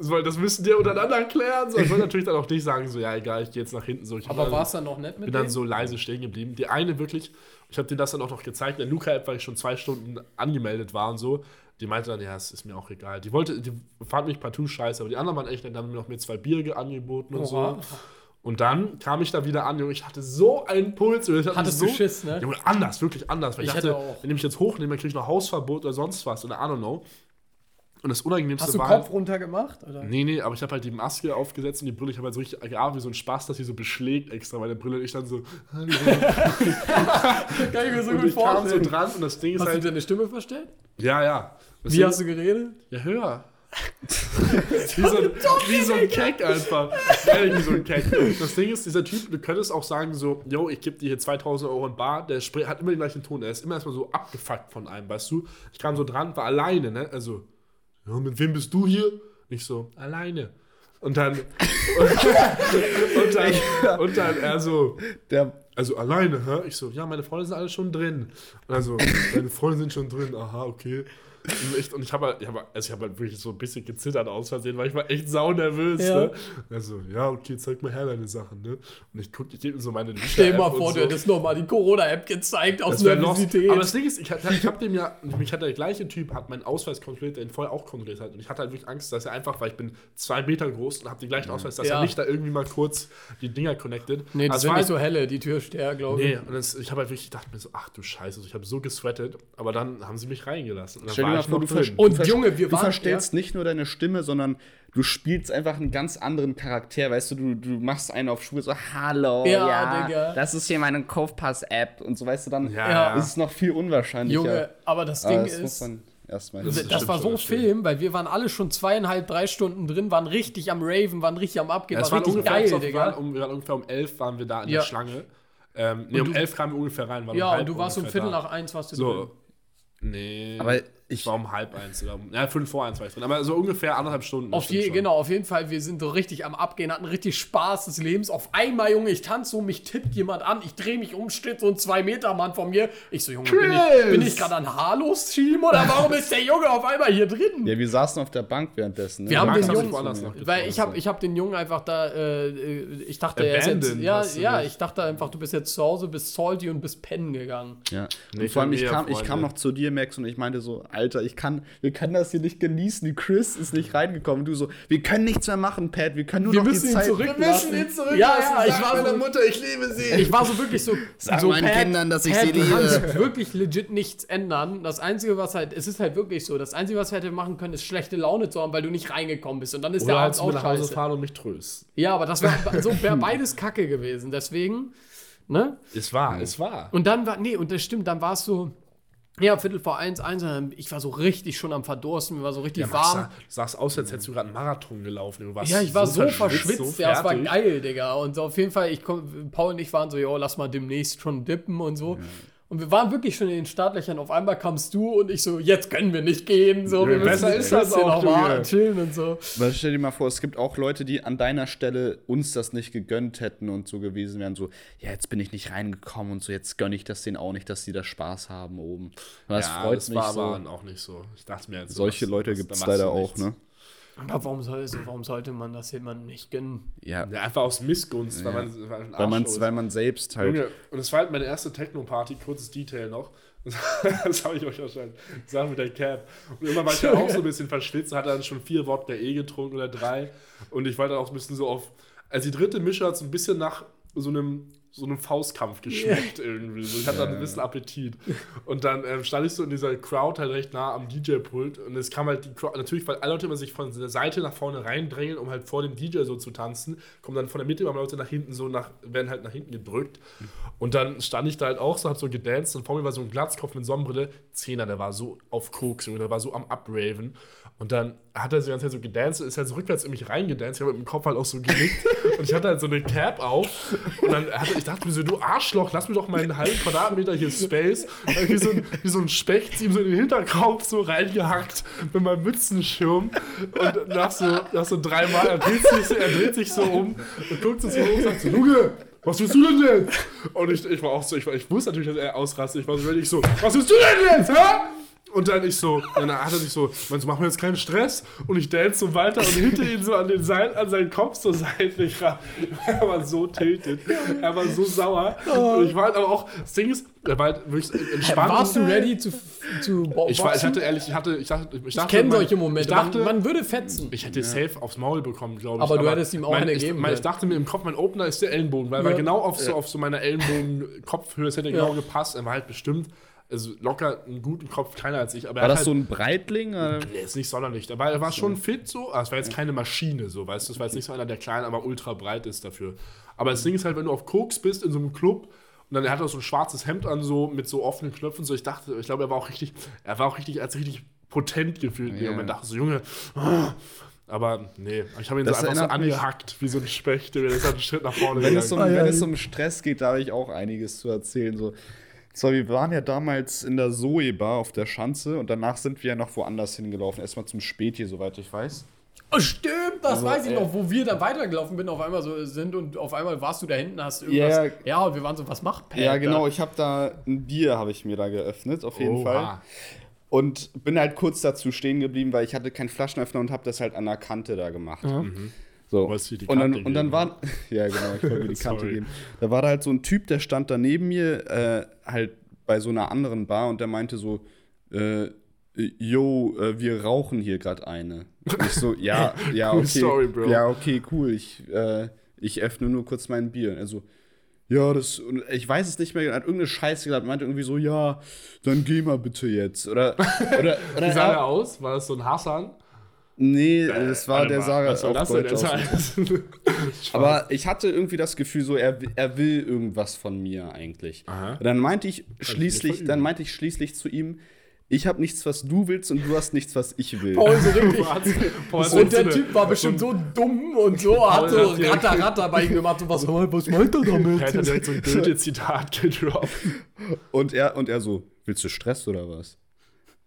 S1: weil das müssen die untereinander klären. So, ich wollte natürlich dann auch nicht sagen, so, ja, egal, ich gehe jetzt nach hinten. So, ich hab
S3: Aber
S1: dann-
S3: war es dann noch nett mit
S1: bin
S3: dem?
S1: dann so leise stehen geblieben. Die eine wirklich, ich habe dir das dann auch noch gezeigt, in der Luca-App, weil ich schon zwei Stunden angemeldet war und so. Die meinte dann, ja, es ist mir auch egal. Die wollte, die fand mich partout scheiße, aber die anderen waren echt nett, dann haben mir noch mir zwei Bier angeboten und
S3: Oha.
S1: so. Und dann kam ich da wieder an, Junge, ich hatte so einen Puls. Junge, Ich hatte
S3: Hattest
S1: so,
S3: du Schiss, ne?
S1: Junge, anders, wirklich anders. Weil ich,
S3: Ich
S1: dachte,
S3: hätte auch.
S1: wenn ich mich jetzt hochnehme, dann kriege ich noch Hausverbot oder sonst was oder I don't know. Und das Unangenehmste
S3: Hast du
S1: war.
S3: Kopf runter gemacht? Oder?
S1: Nee, nee, aber ich habe halt die Maske aufgesetzt und die Brille, ich habe halt so richtig gearbeitet, wie so ein Spaß, dass sie so beschlägt extra meine Brille. Und ich dann so,
S3: Kann ich mir so
S1: und
S3: gut
S1: ich kam so
S3: vorstellen.
S1: dran und das Ding ist
S3: hast du
S1: halt.
S3: deine Stimme verstellt?
S1: Ja, ja. Das
S3: Wie hast du geredet?
S1: ja, höher. wie, so, ein- wie so ein Keck einfach. Ehrlich, wie so ein Keck. Das Ding ist, dieser Typ, du könntest auch sagen, so, yo, ich gebe dir hier 2000 Euro in Bar, der spr- hat immer den gleichen Ton. Er ist immer erstmal so abgefuckt von einem, weißt du? Ich kam so dran, war alleine, ne? Also, ja, mit wem bist du hier? Nicht so, alleine. Und dann. Und, und dann, und dann er so.
S2: Der,
S1: Also alleine, hä? Ich so, ja, meine Freunde sind alle schon drin. Und also, meine Freunde sind schon drin, aha, okay. Und, echt, und ich habe halt, ich hab, halt- also ich hab halt wirklich so ein bisschen gezittert aus Versehen, weil ich war echt saunervös,
S3: Ja.
S1: ne? Also, ja, okay, zeig mal her deine Sachen, ne? Und ich guck, ich gebe ihm so meine Lichter.
S3: Stell dir mal vor, du hättest nochmal die Corona-App gezeigt aus
S1: das wär lost. Aber
S3: Nervosität.
S1: das Ding ist, ich, hab- ich habe dem ja, mich hat der gleiche Typ, hat meinen Ausweis kontrolliert, der ihn vorher auch kontrolliert hat. Und ich hatte halt wirklich Angst, dass er einfach, weil ich bin zwei Meter groß und habe den gleichen Ausweis, dass
S3: Mhm. Ja.
S1: er nicht da irgendwie mal kurz die Dinger connected.
S3: Nee, das
S1: war
S3: war
S1: halt-
S3: nicht so helle, die Türsteher, glaube ich.
S1: Nee, und das, ich habe halt wirklich gedacht, mir so, ach du Scheiße, ich habe so gesweatet, aber dann haben sie mich reingelassen. Und dann
S2: stell
S1: war
S2: dir mal
S1: ich
S2: vor, du,
S1: noch
S2: ver
S1: drin.
S3: Und
S2: du ver-
S3: Junge, wir
S2: du
S3: waren-
S2: verstellst nicht nur deine Stimme, sondern du spielst einfach einen ganz anderen Charakter. Weißt du, du, du machst einen auf Schuhe so, hallo,
S3: Ja,
S2: ja,
S3: Digga.
S2: das ist hier meine Kaufpass-App und so, weißt du, dann
S1: Ja,
S3: Ja.
S1: ja.
S2: ist es noch viel unwahrscheinlicher.
S3: Junge, aber das
S2: Aber
S3: Ding
S2: das muss
S3: ist,
S2: man erstmal.
S1: Das
S3: das,
S1: ist- stimmt
S3: war
S1: schon,
S3: so
S1: das stimmt.
S3: Film, weil wir waren alle schon zweieinhalb, drei Stunden drin, waren richtig am Raven, waren richtig am Abgehen,
S1: Ja, es waren
S3: waren richtig
S1: ungefähr,
S3: geil,
S1: geil, wir waren
S3: Digga.
S1: um, wir waren ungefähr um elf waren wir da in
S3: Ja.
S1: der Schlange. Ähm, nee, um elf kamen wir ungefähr rein. waren um
S3: Ja,
S1: halb
S3: und du warst um
S1: ungefähr
S3: Viertel
S1: da.
S3: nach eins, warst du drin.
S1: So. Nee.
S2: Aber
S1: ich
S2: ich,
S1: war um halb eins oder um, ja, fünf vor eins war ich drin. Aber so ungefähr anderthalb Stunden. das
S3: Auf
S1: stimmt
S3: je,
S1: schon.
S3: genau, auf jeden Fall, wir sind so richtig am Abgehen, hatten richtig Spaß des Lebens. Auf einmal, Junge, ich tanze so, mich tippt jemand an, ich drehe mich um, steht so ein 2-Meter-Mann von mir. Ich so, Junge, bin ich,
S1: Chris!
S3: bin ich gerade an haarlos schieben oder warum ist der Junge auf einmal hier drin?
S2: ja, wir saßen auf der Bank währenddessen. Ne?
S3: Wir haben
S1: Max
S3: den
S1: hat sich
S3: Jungen-
S1: woanders noch
S3: Weil
S1: getroffen.
S3: ich habe ich hab den Jungen einfach da, äh, äh, ich dachte, er ist jetzt,
S1: Abandoned,
S3: ja,
S1: hast du
S3: ja,
S1: dich.
S3: ich dachte einfach, du bist jetzt zu Hause, bist salty und bist pennen gegangen.
S2: Ja.
S1: Nee,
S2: und vor allem,
S1: ich
S2: ich
S1: hab
S2: kam,
S1: eher
S2: ich kam
S1: Freunde.
S2: noch zu dir, Max, und ich meinte so, Alter, ich kann, wir können das hier nicht genießen. Chris ist nicht reingekommen. Und du so, wir können nichts mehr machen, Pat, wir können nur
S3: Wir
S2: noch
S3: müssen
S2: die
S3: ihn
S2: Zeit...
S3: zurück-
S1: Wir müssen ihn zurück.
S3: Ja, ja, ich war so-
S1: Mutter, ich liebe sie.
S3: Ich war so wirklich so.
S2: Äh, Sag
S3: so,
S2: meinen Kindern, dass ich sie äh,
S3: Du
S2: liebe.
S3: kannst wirklich legit nichts ändern. Das Einzige, was halt, es ist halt wirklich so, das Einzige, was wir hätte machen können, ist schlechte Laune zu haben, weil du nicht reingekommen bist. Und dann ist
S1: Oder
S3: der
S1: halt
S3: Abend
S1: zu mir
S3: auch
S1: nach Hause
S3: scheiße.
S1: fahren und mich trösten.
S3: Ja, aber das wäre so wär beides Kacke gewesen. Deswegen, ne?
S1: Es
S2: Mhm.
S1: war, es war.
S3: Und dann war, nee, und das stimmt, dann war es so. Ja, Viertel vor eins, eins, und dann- ich war so richtig schon am Verdursten, mir war so richtig
S1: Ja, Max,
S3: warm.
S1: Du sahst aus, als hättest du gerade einen Marathon gelaufen. Du warst
S3: Ja, ich war so, verschwitzt,
S1: so
S3: ja, es war
S1: fertig.
S3: geil, Digga. Und so auf jeden Fall, ich komm, Paul und ich waren so, jo, lass mal demnächst schon dippen und so. Und wir waren wirklich schon in den Startlöchern. Auf einmal kamst du und ich so, jetzt können wir nicht gehen. So, wir
S1: Ja,
S3: müssen
S1: besser
S3: ein
S1: ist das
S3: bisschen
S1: auch,
S3: noch mal
S1: Junge.
S3: chillen und so.
S2: Aber stell dir mal vor, es gibt auch Leute, die an deiner Stelle uns das nicht gegönnt hätten und so gewesen wären, so, ja, jetzt bin ich nicht reingekommen und so, jetzt gönne ich das denen auch nicht, dass die da Spaß haben oben. Aber Das
S1: ja,
S2: freut
S1: das
S2: mich
S1: war
S2: so.
S1: aber auch nicht so. Ich dachte mir jetzt,
S2: Solche
S1: was-
S2: Leute
S1: was-
S2: gibt es
S1: da machst
S2: leider
S1: du
S2: auch,
S1: nichts.
S2: ne?
S3: Aber warum, soll, so, warum sollte man das jemandem nicht gönnen?
S2: Ja,
S1: Ja, einfach aus Missgunst, weil man, weil man
S2: weil,
S1: ein
S2: man's,
S1: Arschloch
S2: weil man selbst
S1: ist.
S2: halt...
S1: Junge, und es war halt meine erste Techno-Party, kurzes Detail noch. Das habe ich euch auch schon gesagt mit der Cap. Und immer war ich ja auch so ein bisschen verschwitzt, hatte dann schon vier Wodka E getrunken oder drei. Und ich war dann auch ein bisschen so auf. Also die dritte Mische hat so ein bisschen nach so einem so einem Faustkampf geschmeckt irgendwie. So, ich hatte dann ein bisschen Appetit. Und dann ähm, stand ich so in dieser Crowd halt recht nah am DJ-Pult und es kam halt die Crowd, natürlich, weil alle Leute immer sich von der Seite nach vorne reindrängeln, um halt vor dem DJ so zu tanzen, kommen dann von der Mitte immer Leute nach hinten so, nach, werden halt nach hinten gedrückt. Und dann stand ich da halt auch so, hab so gedanced und vor mir war so ein Glatzkopf mit Sonnenbrille, Zehner, der war so auf Koks, Junge, der war so am Upraven. Und dann hat er so die ganze Zeit so gedanced, ist halt so rückwärts in mich reingedanced, ich habe mit dem Kopf halt auch so genickt und ich hatte halt so eine Cap auf und dann hatte, ich dachte mir so, du Arschloch, lass mir doch meinen halben Quadratmeter hier Space, Dann hab ich wie so ein, wie so ein Specht, ihm so in den Hinterkopf so reingehackt mit meinem Mützenschirm und nach so, nach so dreimal, er dreht, sich, so- er dreht sich so um und guckt so zu mir um und sagt so, Luge, was willst du denn jetzt? Und ich, ich war auch so, ich, war, ich wusste natürlich, dass er ausrastet, ich war so ready, ich so, was willst du denn jetzt, hä? Und dann ich so, dann hat er sich so, meinst du, machen wir jetzt keinen Stress? Und ich dance so weiter und hinter ihn so an, den Seil, an seinen Kopf so seitlich ran. Er war so tilted. Er war so sauer. Und ich war halt aber auch, das Ding ist, er war halt wirklich entspannt.
S3: Warst du ready zu, zu bo-
S1: Ich, war, ich
S3: boxen?
S1: hatte ehrlich, ich hatte, ich dachte, ich, dachte,
S3: kenn
S1: man-
S3: solche Momente.
S1: Ich dachte,
S3: man, man würde fetzen.
S1: ich hätte safe aufs Maul bekommen, glaube ich.
S3: Aber du hättest ihm auch
S1: mein,
S3: eine
S1: ich,
S3: geben
S1: mein, Ich
S3: können.
S1: dachte mir im Kopf, mein Opener ist der Ellenbogen, weil er war
S3: Ja.
S1: genau auf so, auf so meiner Ellenbogen-Kopfhöhe, es hätte genau gepasst. Er war halt bestimmt, also locker einen guten Kopf kleiner als ich. Aber
S2: War
S1: er hat halt,
S2: das so ein Breitling? Oder?
S1: Nee, ist nicht sonderlich. Aber er war schon fit so. Aber es war jetzt keine Maschine so, weißt du? Es war jetzt nicht so einer, der klein, aber ultra breit ist dafür. Aber das Ding ist halt, wenn du auf Koks bist in so einem Club und dann er hat er so ein schwarzes Hemd an, so mit so offenen Knöpfen, so ich dachte, ich glaube, er war auch richtig, er war auch richtig, er hat sich richtig potent gefühlt. Yeah.
S2: Ja.
S1: Und man dachte so, Junge, ah. aber nee, ich habe ihn
S2: Das
S1: so einfach so
S2: erinnert mich-
S1: angehackt, wie so ein Specht, der mir das einen Schritt nach vorne
S2: Wenn es, um,
S3: Ei,
S2: wenn
S3: ei.
S2: es um Stress geht, da habe ich auch einiges zu erzählen. So, zwar, wir waren ja damals in der Zoe-Bar auf der Schanze und danach sind wir ja noch woanders hingelaufen. Erstmal zum Spät hier, soweit ich weiß.
S3: Oh, stimmt, das
S2: Also,
S3: weiß ich
S2: äh,
S3: noch, wo wir dann weitergelaufen bin, auf einmal so äh, sind und auf einmal warst du da hinten, hast irgendwas.
S2: Ja.
S3: ja, und wir waren so, was macht Pat?
S2: Ja, genau.
S3: Äh, Da?
S2: Ich habe da ein Bier, habe ich mir da geöffnet, auf jeden
S1: Oha.
S2: Fall. Und bin halt kurz dazu stehen geblieben, weil ich hatte keinen Flaschenöffner und habe das halt an der Kante da gemacht. So.
S1: Wolltest Mhm. du die
S2: und, dann,
S1: Kante
S2: und dann
S1: geben?
S2: war. Ja, genau, ich wollte mir die Kante
S1: Sorry.
S2: geben. Da war da halt so ein Typ, der stand da neben mir, äh, halt bei so einer anderen Bar und der meinte so: äh, Yo, äh, wir rauchen hier gerade eine. Und ich so: Ja, ja,
S1: Cool
S2: okay.
S1: story, bro.
S2: Ja, okay, cool. Ich, äh, ich öffne nur kurz mein Bier. Also, Und er so, ja, das, und ich weiß es nicht mehr, er hat irgendeine Scheiße gesagt, meinte irgendwie so, ja, dann geh mal bitte jetzt. Oder, oder, oder
S1: Wie sah
S2: er-
S1: er aus? War das so ein Hassan?
S2: Nee, das
S1: Äh,
S2: war
S1: Warte
S2: der
S1: mal,
S2: Sarah
S1: Was war
S2: auf
S1: das denn?
S2: Deutsch
S1: jetzt?
S2: aus. Aber ich hatte irgendwie das Gefühl, so, er, wi- er will irgendwas von mir eigentlich.
S1: Aha.
S2: Und dann meinte ich
S1: nicht
S2: schließlich,
S1: verüben.
S2: dann meinte ich schließlich zu ihm, ich habe nichts, was du willst und du hast nichts, was ich will.
S3: Paul Oh, so richtig.
S1: Hat's- Boah, das
S3: Und
S1: ist
S3: der
S1: so eine-
S3: Typ war bestimmt so dumm und so, hat so
S1: Paul hat hier-
S3: Ratter, Ratter bei ihm gemacht und was, was meint er
S1: Er hat
S3: damit?
S1: ja direkt so ein Goethe-Zitat gedroppt.
S2: Und er, und er so, willst du Stress oder was?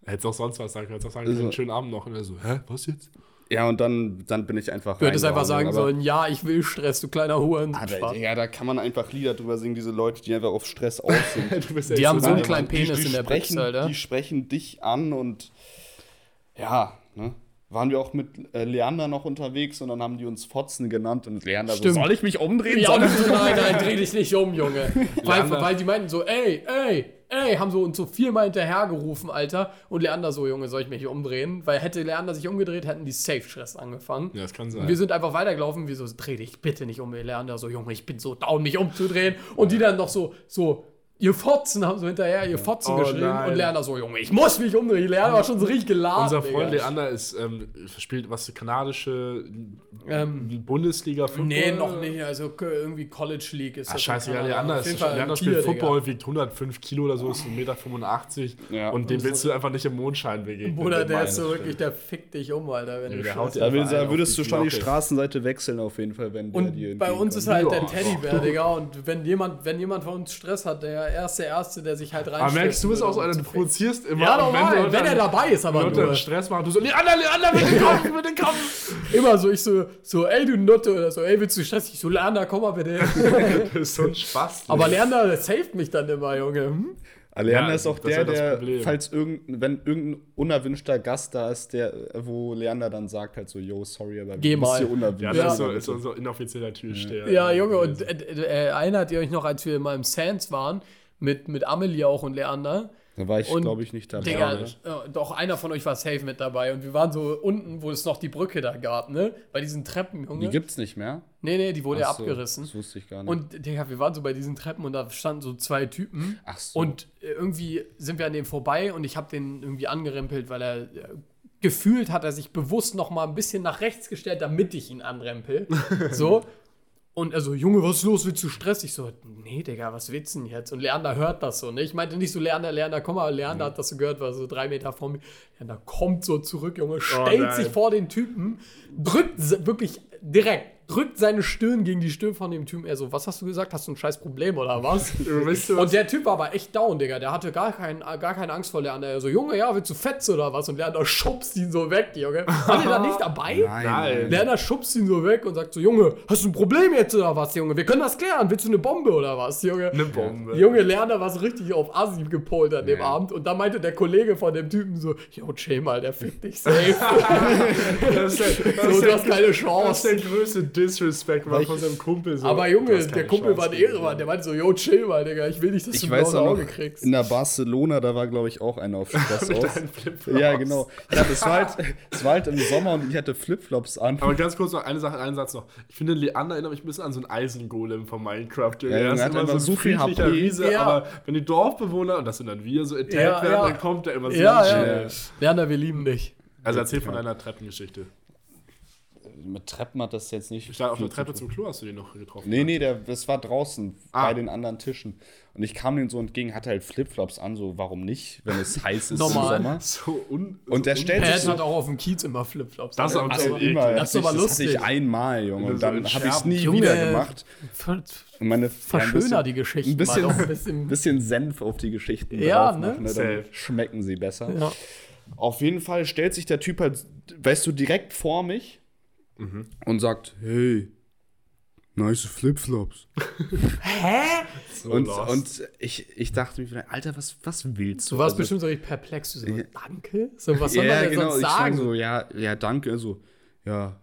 S1: Hättest auch sonst was sagen können. Hättest auch sagen
S2: Also-
S1: können, schönen Abend noch. Und er so, hä, was jetzt?
S2: Ja, und dann, dann bin ich einfach
S3: Du hättest einfach
S2: reingehauen,
S3: sagen
S2: aber-
S3: sollen, ja, ich will Stress, du kleiner Huren.
S2: Aber, ja, da kann man einfach Lieder drüber singen, diese Leute, die einfach auf Stress aus sind.
S1: Du bist echt
S3: Die haben so einen
S1: geil.
S3: kleinen Penis in der
S2: sprechen,
S3: Brechse, Alter.
S2: Die sprechen dich an und ja, ne? Waren wir auch mit äh, Leander noch unterwegs und dann haben die uns Fotzen genannt und Leander
S3: Stimmt.
S2: so, soll ich mich umdrehen?
S3: Ja,
S2: Soll
S3: und
S2: ich-
S3: so, nein, nein, dreh dich nicht um, Junge. Weil,
S1: Leander-
S3: weil die meinten so, ey, ey, ey, haben so uns so viermal hinterhergerufen, Alter. Und Leander so, Junge, soll ich mich hier umdrehen? Weil hätte Leander sich umgedreht, hätten die Safe-Stress angefangen.
S1: Ja, das kann
S3: Und wir
S1: sein.
S3: sind einfach weitergelaufen, wir so, dreh dich bitte nicht um, Leander. So, Junge, ich bin so down, mich umzudrehen. Und die dann noch so, so, ihr Fotzen haben so hinterher, ihr Fotzen
S1: Oh,
S3: geschrieben.
S1: nein.
S3: Und Leander so, Junge, ich muss mich umdrehen. Leander war schon so richtig geladen.
S1: Unser Freund
S3: Digga.
S1: Leander ist, ähm, spielt was, kanadische
S3: Ähm,
S1: Bundesliga Football?
S3: nee, noch nicht. Also k- irgendwie College League ist
S1: Ah,
S3: das.
S1: scheiße,
S3: Keine Ahnung.
S1: Leander,
S3: Auf jeden
S1: ist,
S3: Fall ein
S1: Leander
S3: Tier,
S1: spielt
S3: Digga.
S1: Football, wiegt 105 Kilo oder so, ist 1,85 Meter
S2: Ja.
S1: und dem willst du einfach nicht im Mondschein begegnen.
S3: Bruder, der
S1: Meine
S3: ist so wirklich, der fickt dich um, Alter. Wenn
S1: Ja,
S3: du
S1: der
S3: Scheiße-
S1: haut dir
S2: Da will,
S1: einfach einen
S2: da
S1: auf
S2: würdest du schon die
S1: Glocke.
S2: Straßenseite wechseln auf jeden Fall, wenn der dir
S3: und bei uns ist
S2: entgegenkommt.
S3: halt
S1: Ja.
S3: der Teddybär, Digga. Und wenn jemand, wenn jemand von uns Stress hat, der erste Erste, der sich halt rein.
S1: Aber merkst du, bist auch so einer, du provozierst immer.
S3: Ja,
S1: und wenn,
S3: normal, wenn,
S1: Leute
S3: er
S1: dann-
S3: dabei ist, aber
S1: Leute
S3: nur.
S1: dann Stress machen, du so, Leander, Leander, bitte komm, bitte komm.
S3: Immer so, ich so, so, ey, du Nutte oder so, ey, willst du Stress? Ich so, Leander, komm mal bitte.
S1: Das ist so ein Spaß.
S3: aber Leander, der saved mich dann immer, Junge. Hm?
S2: Leander
S1: Ja,
S2: ist auch
S1: das ist
S2: der,
S1: halt das
S2: der,
S1: Problem.
S2: falls irgendein, wenn irgendein unerwünschter Gast da ist, der, wo Leander dann sagt halt so, yo, sorry, aber
S3: Geh
S2: du bist
S3: mal.
S2: hier unerwünscht. Also,
S1: Ja,
S3: Ja.
S1: das ist, so, ist unser inoffizieller Türsteher.
S3: Ja, Junge, und äh, äh, erinnert ihr euch noch, als wir mal im Sands waren, mit, mit Amelie auch und Leander?
S2: Da war ich,
S3: Und,
S2: glaube ich, nicht dabei.
S1: auch
S3: Digga,
S1: nicht.
S3: äh, doch einer von euch war safe mit dabei und wir waren so unten, wo es noch die Brücke da gab, ne? Bei diesen Treppen, Junge.
S2: Die gibt's nicht mehr.
S3: nee, nee, die ne? wurde ja
S2: Ach so,
S3: abgerissen.
S2: Das wusste ich gar nicht.
S3: Und Digga, wir waren so bei diesen Treppen und da standen so zwei Typen.
S2: Ach so.
S3: Und äh, irgendwie sind wir an dem vorbei und ich habe den irgendwie angerempelt, weil er äh, gefühlt hat er sich bewusst noch mal ein bisschen nach rechts gestellt, damit ich ihn anrempel. So. Und er so, Junge, was ist los? Willst du Stress? Ich so, nee, Digga, was willst du denn jetzt? Und Leander hört das so, ne? Ich meinte nicht so, Leander, Leander, komm mal, Leander hat das so gehört, war so drei Meter vor mir. Leander kommt so zurück,
S2: Oh,
S3: Junge, stellt
S1: nein.
S3: sich vor den Typen, drückt se- wirklich direkt, drückt seine Stirn gegen die Stirn von dem Typen. Er so, was hast du gesagt? Hast du ein scheiß Problem oder was?
S1: Weißt du was?
S3: Und der Typ war aber echt down, Digga. Der hatte gar, kein, gar keine Angst vor Leander. Er so, Junge, ja, willst du fetz oder was? Und Leander schubst ihn so weg, Junge. War der da nicht dabei?
S2: nein.
S1: Nein.
S3: Lerner schubst ihn so weg und sagt so, Junge, hast du ein Problem jetzt oder was, Junge? Wir können das klären. Willst du eine Bombe oder was, Junge?
S1: Eine Bombe.
S3: Junge Lerner war so richtig auf Assi gepolt an dem
S2: Ja.
S3: Abend. Und da meinte der Kollege von dem Typen so, yo, chill mal, der fickt dich safe.
S1: Das ist der, das
S3: so,
S1: ist
S3: du
S1: der,
S3: hast keine
S1: das ist der
S3: Chance.
S1: größte Disrespect mal von seinem Kumpel. So.
S3: Aber
S1: Du
S3: Junge,
S1: hast keine
S3: der Kumpel war
S1: Chance
S3: ein
S1: gegen
S3: Ehremann.
S1: den.
S3: Der meinte so, yo, chill mal, Digga. Ich will nicht, dass
S2: ich
S3: du ein
S2: weiß
S3: blaues
S2: auch
S3: Auge
S2: noch,
S3: kriegst.
S2: in der Barcelona, da war, glaube ich, auch einer auf Stress aus.
S1: deinen Flipflops.
S2: Ja, genau. Ja, das war halt, das war halt im Sommer und ich hatte Flipflops an.
S1: Aber ganz kurz noch eine Sache, einen Satz noch. Ich finde, Leander erinnert mich ein bisschen an so einen Eisengolem von Minecraft. Junge.
S2: Ja,
S1: Er
S2: Junge,
S1: ist
S2: hat
S1: immer so
S2: einfach
S1: ein
S2: so viel
S1: friedlicher
S2: HP.
S1: Riese,
S3: Ja.
S1: aber wenn die Dorfbewohner, und das sind dann wir, so attacked
S3: Ja,
S1: werden,
S3: ja.
S1: dann kommt er immer so
S3: ja,
S1: ganz
S3: ja.
S1: schnell.
S3: Lerner, wir lieben dich.
S1: Also erzähl von deiner Treppengeschichte.
S2: Mit Treppen hat das jetzt nicht.
S1: Ich stand auf
S2: viel
S1: der
S2: zu
S1: Treppe
S2: tun.
S1: zum Klo, hast du den noch getroffen?
S2: Nee, nee, der, das war draußen
S1: Ah.
S2: bei den anderen Tischen. Und ich kam ihm so entgegen, hatte halt Flipflops an, so warum nicht, wenn es heiß ist
S3: Normal.
S2: im Sommer.
S1: So un
S2: Und der
S1: so un-
S2: stellt
S3: Er
S2: sich so
S3: hat auch auf dem Kiez immer Flipflops.
S1: Das
S3: Alter.
S1: am
S2: also
S1: Ey,
S2: immer.
S3: das ist
S2: hatte ich-
S3: aber
S2: Das
S3: lustig.
S2: hatte ich einmal, Junge.
S1: Wenn du
S2: Und
S1: so
S2: dann
S1: in
S2: habe ich es
S1: Scherben-
S2: nie
S3: Junge.
S2: wieder gemacht.
S3: Ver-
S2: Und meine, ja,
S3: Verschöner
S2: ein bisschen-
S3: die Geschichten
S2: Ein
S3: mal
S2: bisschen,
S3: doch ein bisschen.
S2: bisschen Senf auf die Geschichten
S3: Ja,
S2: drauf
S3: ne?
S2: machen, ne?
S1: Safe.
S2: Dann schmecken sie besser.
S3: Ja.
S2: Auf jeden Fall stellt sich der Typ halt, weißt du, direkt vor mich Mhm. und sagt, hey, nice Flipflops.
S3: Hä?
S1: so
S2: und
S1: lost.
S2: und ich, ich dachte mir, wieder, Alter, was, was willst du?
S3: Du warst
S2: Also-
S3: bestimmt so richtig perplex. Du so, danke? So, was soll
S2: ja,
S3: man denn
S2: genau.
S3: sonst
S2: Ich
S3: sagen?
S2: sage so, ja, ja, danke, so, ja.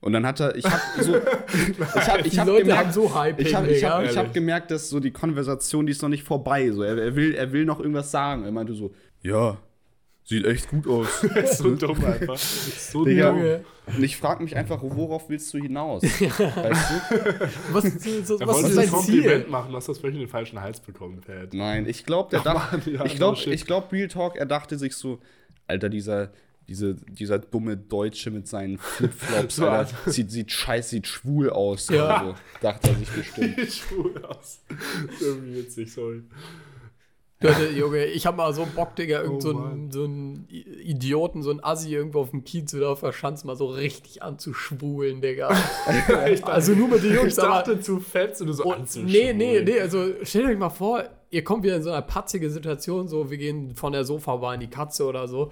S2: Und dann hat er, ich habe so, ich habe, ich
S3: Die
S2: habe
S3: Leute
S2: gemerkt,
S3: haben so Hype.
S2: ich habe, ich habe, ich habe
S1: Ehrlich.
S2: gemerkt, dass so die Konversation, die ist noch nicht vorbei. So, er, er will, er will noch irgendwas sagen. Er meinte so, ja, sieht echt gut aus.
S1: so dumm einfach. So
S2: Digga.
S1: dumm.
S3: Junge.
S2: Und ich frage mich einfach, worauf willst du hinaus? weißt du?
S3: was, so, so,
S1: Er
S3: was
S1: wollte
S3: ist
S1: dir ein
S3: dein
S1: Kompliment
S3: Ziel?
S1: machen, dass das vielleicht in den falschen Hals bekommen Pat.
S2: Nein, ich glaube, der dachte,
S1: Mann, ja,
S2: ich
S1: no
S2: glaube,
S1: shit.
S2: ich glaube, Real Talk, er dachte sich so, Alter, dieser, diese, dieser dumme Deutsche mit seinen Flipflops,
S1: So,
S2: Alter, sieht, sieht scheiß, sieht schwul aus.
S3: Ja.
S2: oder so, dachte er sich bestimmt.
S1: Schwul aus. Irgendwie witzig, sorry.
S3: Leute, Junge, ich habe mal so Bock, Digga, irgend
S1: Oh,
S3: so, einen,
S1: Mann.
S3: so einen I- Idioten, so einen Assi irgendwo auf dem Kiez oder auf der Schanze mal so richtig anzuschwulen, Digga.
S1: Ich dachte,
S3: Also nur mit den
S1: ich
S3: Jungs, aber
S1: dachte zu fett und du so
S3: Und,
S1: anzuschwulen.
S3: nee, nee, nee, also stellt euch mal vor, ihr kommt wieder in so einer patzige Situation, so wir gehen von der Sofabar in die Katze oder so.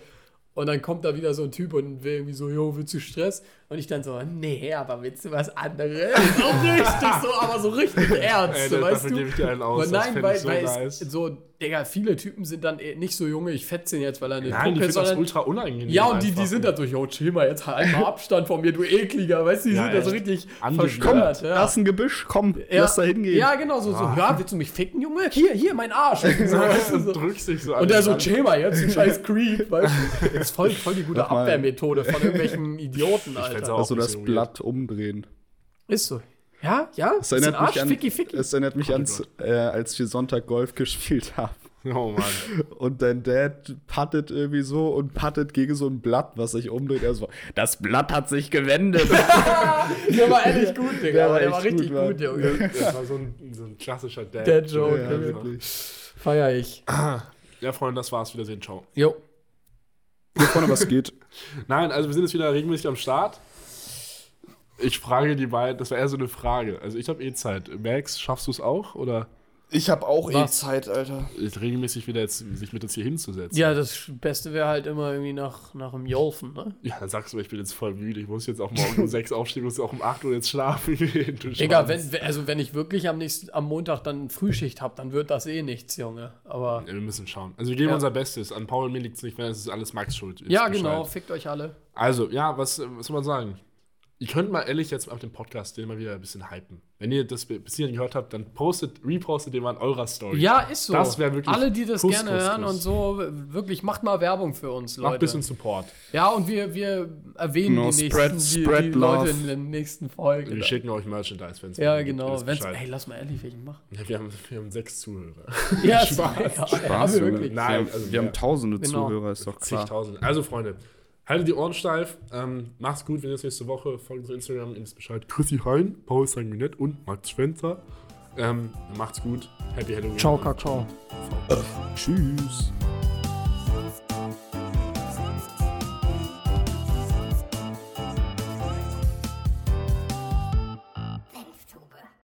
S3: Und dann kommt da wieder so ein Typ und will irgendwie so, jo, willst du Stress? Und ich dann so, nee, aber willst du was anderes? so richtig so, aber so richtig ernst,
S1: Ey,
S3: so,
S1: da-
S3: weißt
S1: dafür
S3: du?
S1: gebe ich dir einen aus,
S3: Aber
S1: das
S3: nein,
S1: fänd
S3: weil,
S1: ich so
S3: weil
S1: nice.
S3: es so, Digga, viele Typen sind dann eh nicht so, Junge, ich fetze ihn jetzt, weil er eine
S1: Nein, ich
S3: Kumpel ist,
S1: finde das
S3: sondern-
S1: ultra unangenehm.
S3: ja, und die, die
S1: einfach.
S3: sind dann so, jo, chill mal, jetzt halt mal Abstand von mir, du ekliger, weißt du, die
S1: Ja,
S3: sind da so
S1: echt.
S3: richtig
S1: Angewidert.
S3: verstört. ja.
S2: Da ist ein Gebüsch, komm, lass da hingehen. Ah.
S3: Ja, genau, so, so ja, willst du mich ficken, Junge? Hier, hier, mein Arsch. Und, so, weißt du, so.
S1: Und drückst dich so an.
S3: und der
S1: den
S3: so,
S1: Rand.
S3: chill mal jetzt, du scheiß Creep, weißt du? Das ist voll, voll die gute
S2: Mach mal.
S3: Abwehrmethode von irgendwelchen Idioten,
S1: fänd's
S3: Alter.
S1: auch-
S2: Also das
S1: bisschen weird.
S2: Blatt umdrehen.
S3: Ist so. Ja, ja,
S2: Das
S3: ist ein
S2: erinnert
S3: Arsch,
S2: mich an,
S3: ficki, ficki.
S2: Es erinnert mich an, äh, als wir Sonntag Golf gespielt haben.
S1: Oh Mann.
S2: Und dein Dad puttet irgendwie so und puttet gegen so ein Blatt, was sich umdreht. Er so, das Blatt hat sich gewendet.
S3: Der war ehrlich gut, Digga,
S2: Der
S3: der war,
S2: war
S3: der war
S2: echt
S3: richtig
S2: gut, Mann.
S3: gut, Junge.
S1: Das war so ein, so ein klassischer Dad.
S3: Der Joke,
S2: ja,
S1: genau.
S3: Junge.
S2: wirklich.
S3: Feier ich.
S1: Ja, Freunde, das war's. Wiedersehen. Ciao.
S3: Jo.
S2: Vorne was geht.
S1: Nein, also wir sind jetzt wieder regelmäßig am Start. Ich frage die beiden, das war eher so eine Frage. Also ich habe eh Zeit. Max, schaffst du es auch? Oder
S2: Ich habe auch eh
S3: Was?
S2: Zeit, Alter.
S1: ist regelmäßig wieder jetzt, sich mit uns hier hinzusetzen?
S3: Ja, das Beste wäre halt immer irgendwie nach, nach dem Jolfen, ne?
S1: Ja, dann sagst du, ich bin jetzt voll müde. Ich muss jetzt auch morgen um 6 aufstehen, muss auch um 8 Uhr jetzt schlafen gehen. du
S3: Digga,
S1: Schwanz.
S3: wenn, also wenn ich wirklich am nächsten, am Montag dann Frühschicht hab, dann wird das eh nichts, Junge. Aber.
S1: Ja, wir müssen schauen. Also wir geben
S3: Ja.
S1: unser Bestes. An Paul und mir liegt es nicht, wenn es ist alles Max schuld. Jetzt
S3: Ja,
S1: Bescheid.
S3: genau, fickt euch alle.
S1: Also, ja, was, äh, was soll man sagen? Ihr könnt mal ehrlich jetzt ab dem Podcast den mal wieder ein bisschen hypen. Wenn ihr das bis hierhin gehört habt, dann postet, repostet den mal in eurer Story.
S3: Ja, ist so.
S1: Das wäre wirklich
S3: Alle, die das
S1: Kuss,
S3: gerne
S1: Kuss,
S3: hören
S1: Kuss.
S3: und so, wirklich macht mal Werbung für uns, Leute.
S1: Macht ein bisschen Support.
S3: Ja, und wir, wir erwähnen
S2: Genau,
S3: die,
S2: spread-
S3: nächsten,
S2: spread
S3: die, die
S2: love.
S3: Leute in den nächsten
S1: Wir
S3: Folgen.
S1: schicken euch Merchandise, wenn es
S3: Genau. Ja,
S1: gibt. Ihr
S3: genau.
S1: wisst
S3: Wenn's,
S1: Bescheid.
S3: ey, lass mal ehrlich welchen machen.
S1: Ja, wir, haben, wir haben sechs Zuhörer.
S3: Ja,
S1: Spaß.
S3: Ja,
S2: Spaß,
S3: ja,
S2: Junge.
S3: wirklich.
S2: Wir,
S1: Nein,
S2: haben-
S1: also,
S2: wir haben
S1: ja.
S2: tausende
S3: Genau.
S2: Zuhörer, ist doch klar.
S1: Zigtausend. Also, Freunde, haltet die Ohren steif. Ähm, macht's gut, wenn ihr es nächste Woche folgt uns auf Instagram. Ihr wisst Bescheid. Chrissy Hein, Paul Sanguinet und Max Schwenzer. Ähm, macht's gut. Happy Halloween.
S3: Ciao, Kakao.
S2: Tschüss.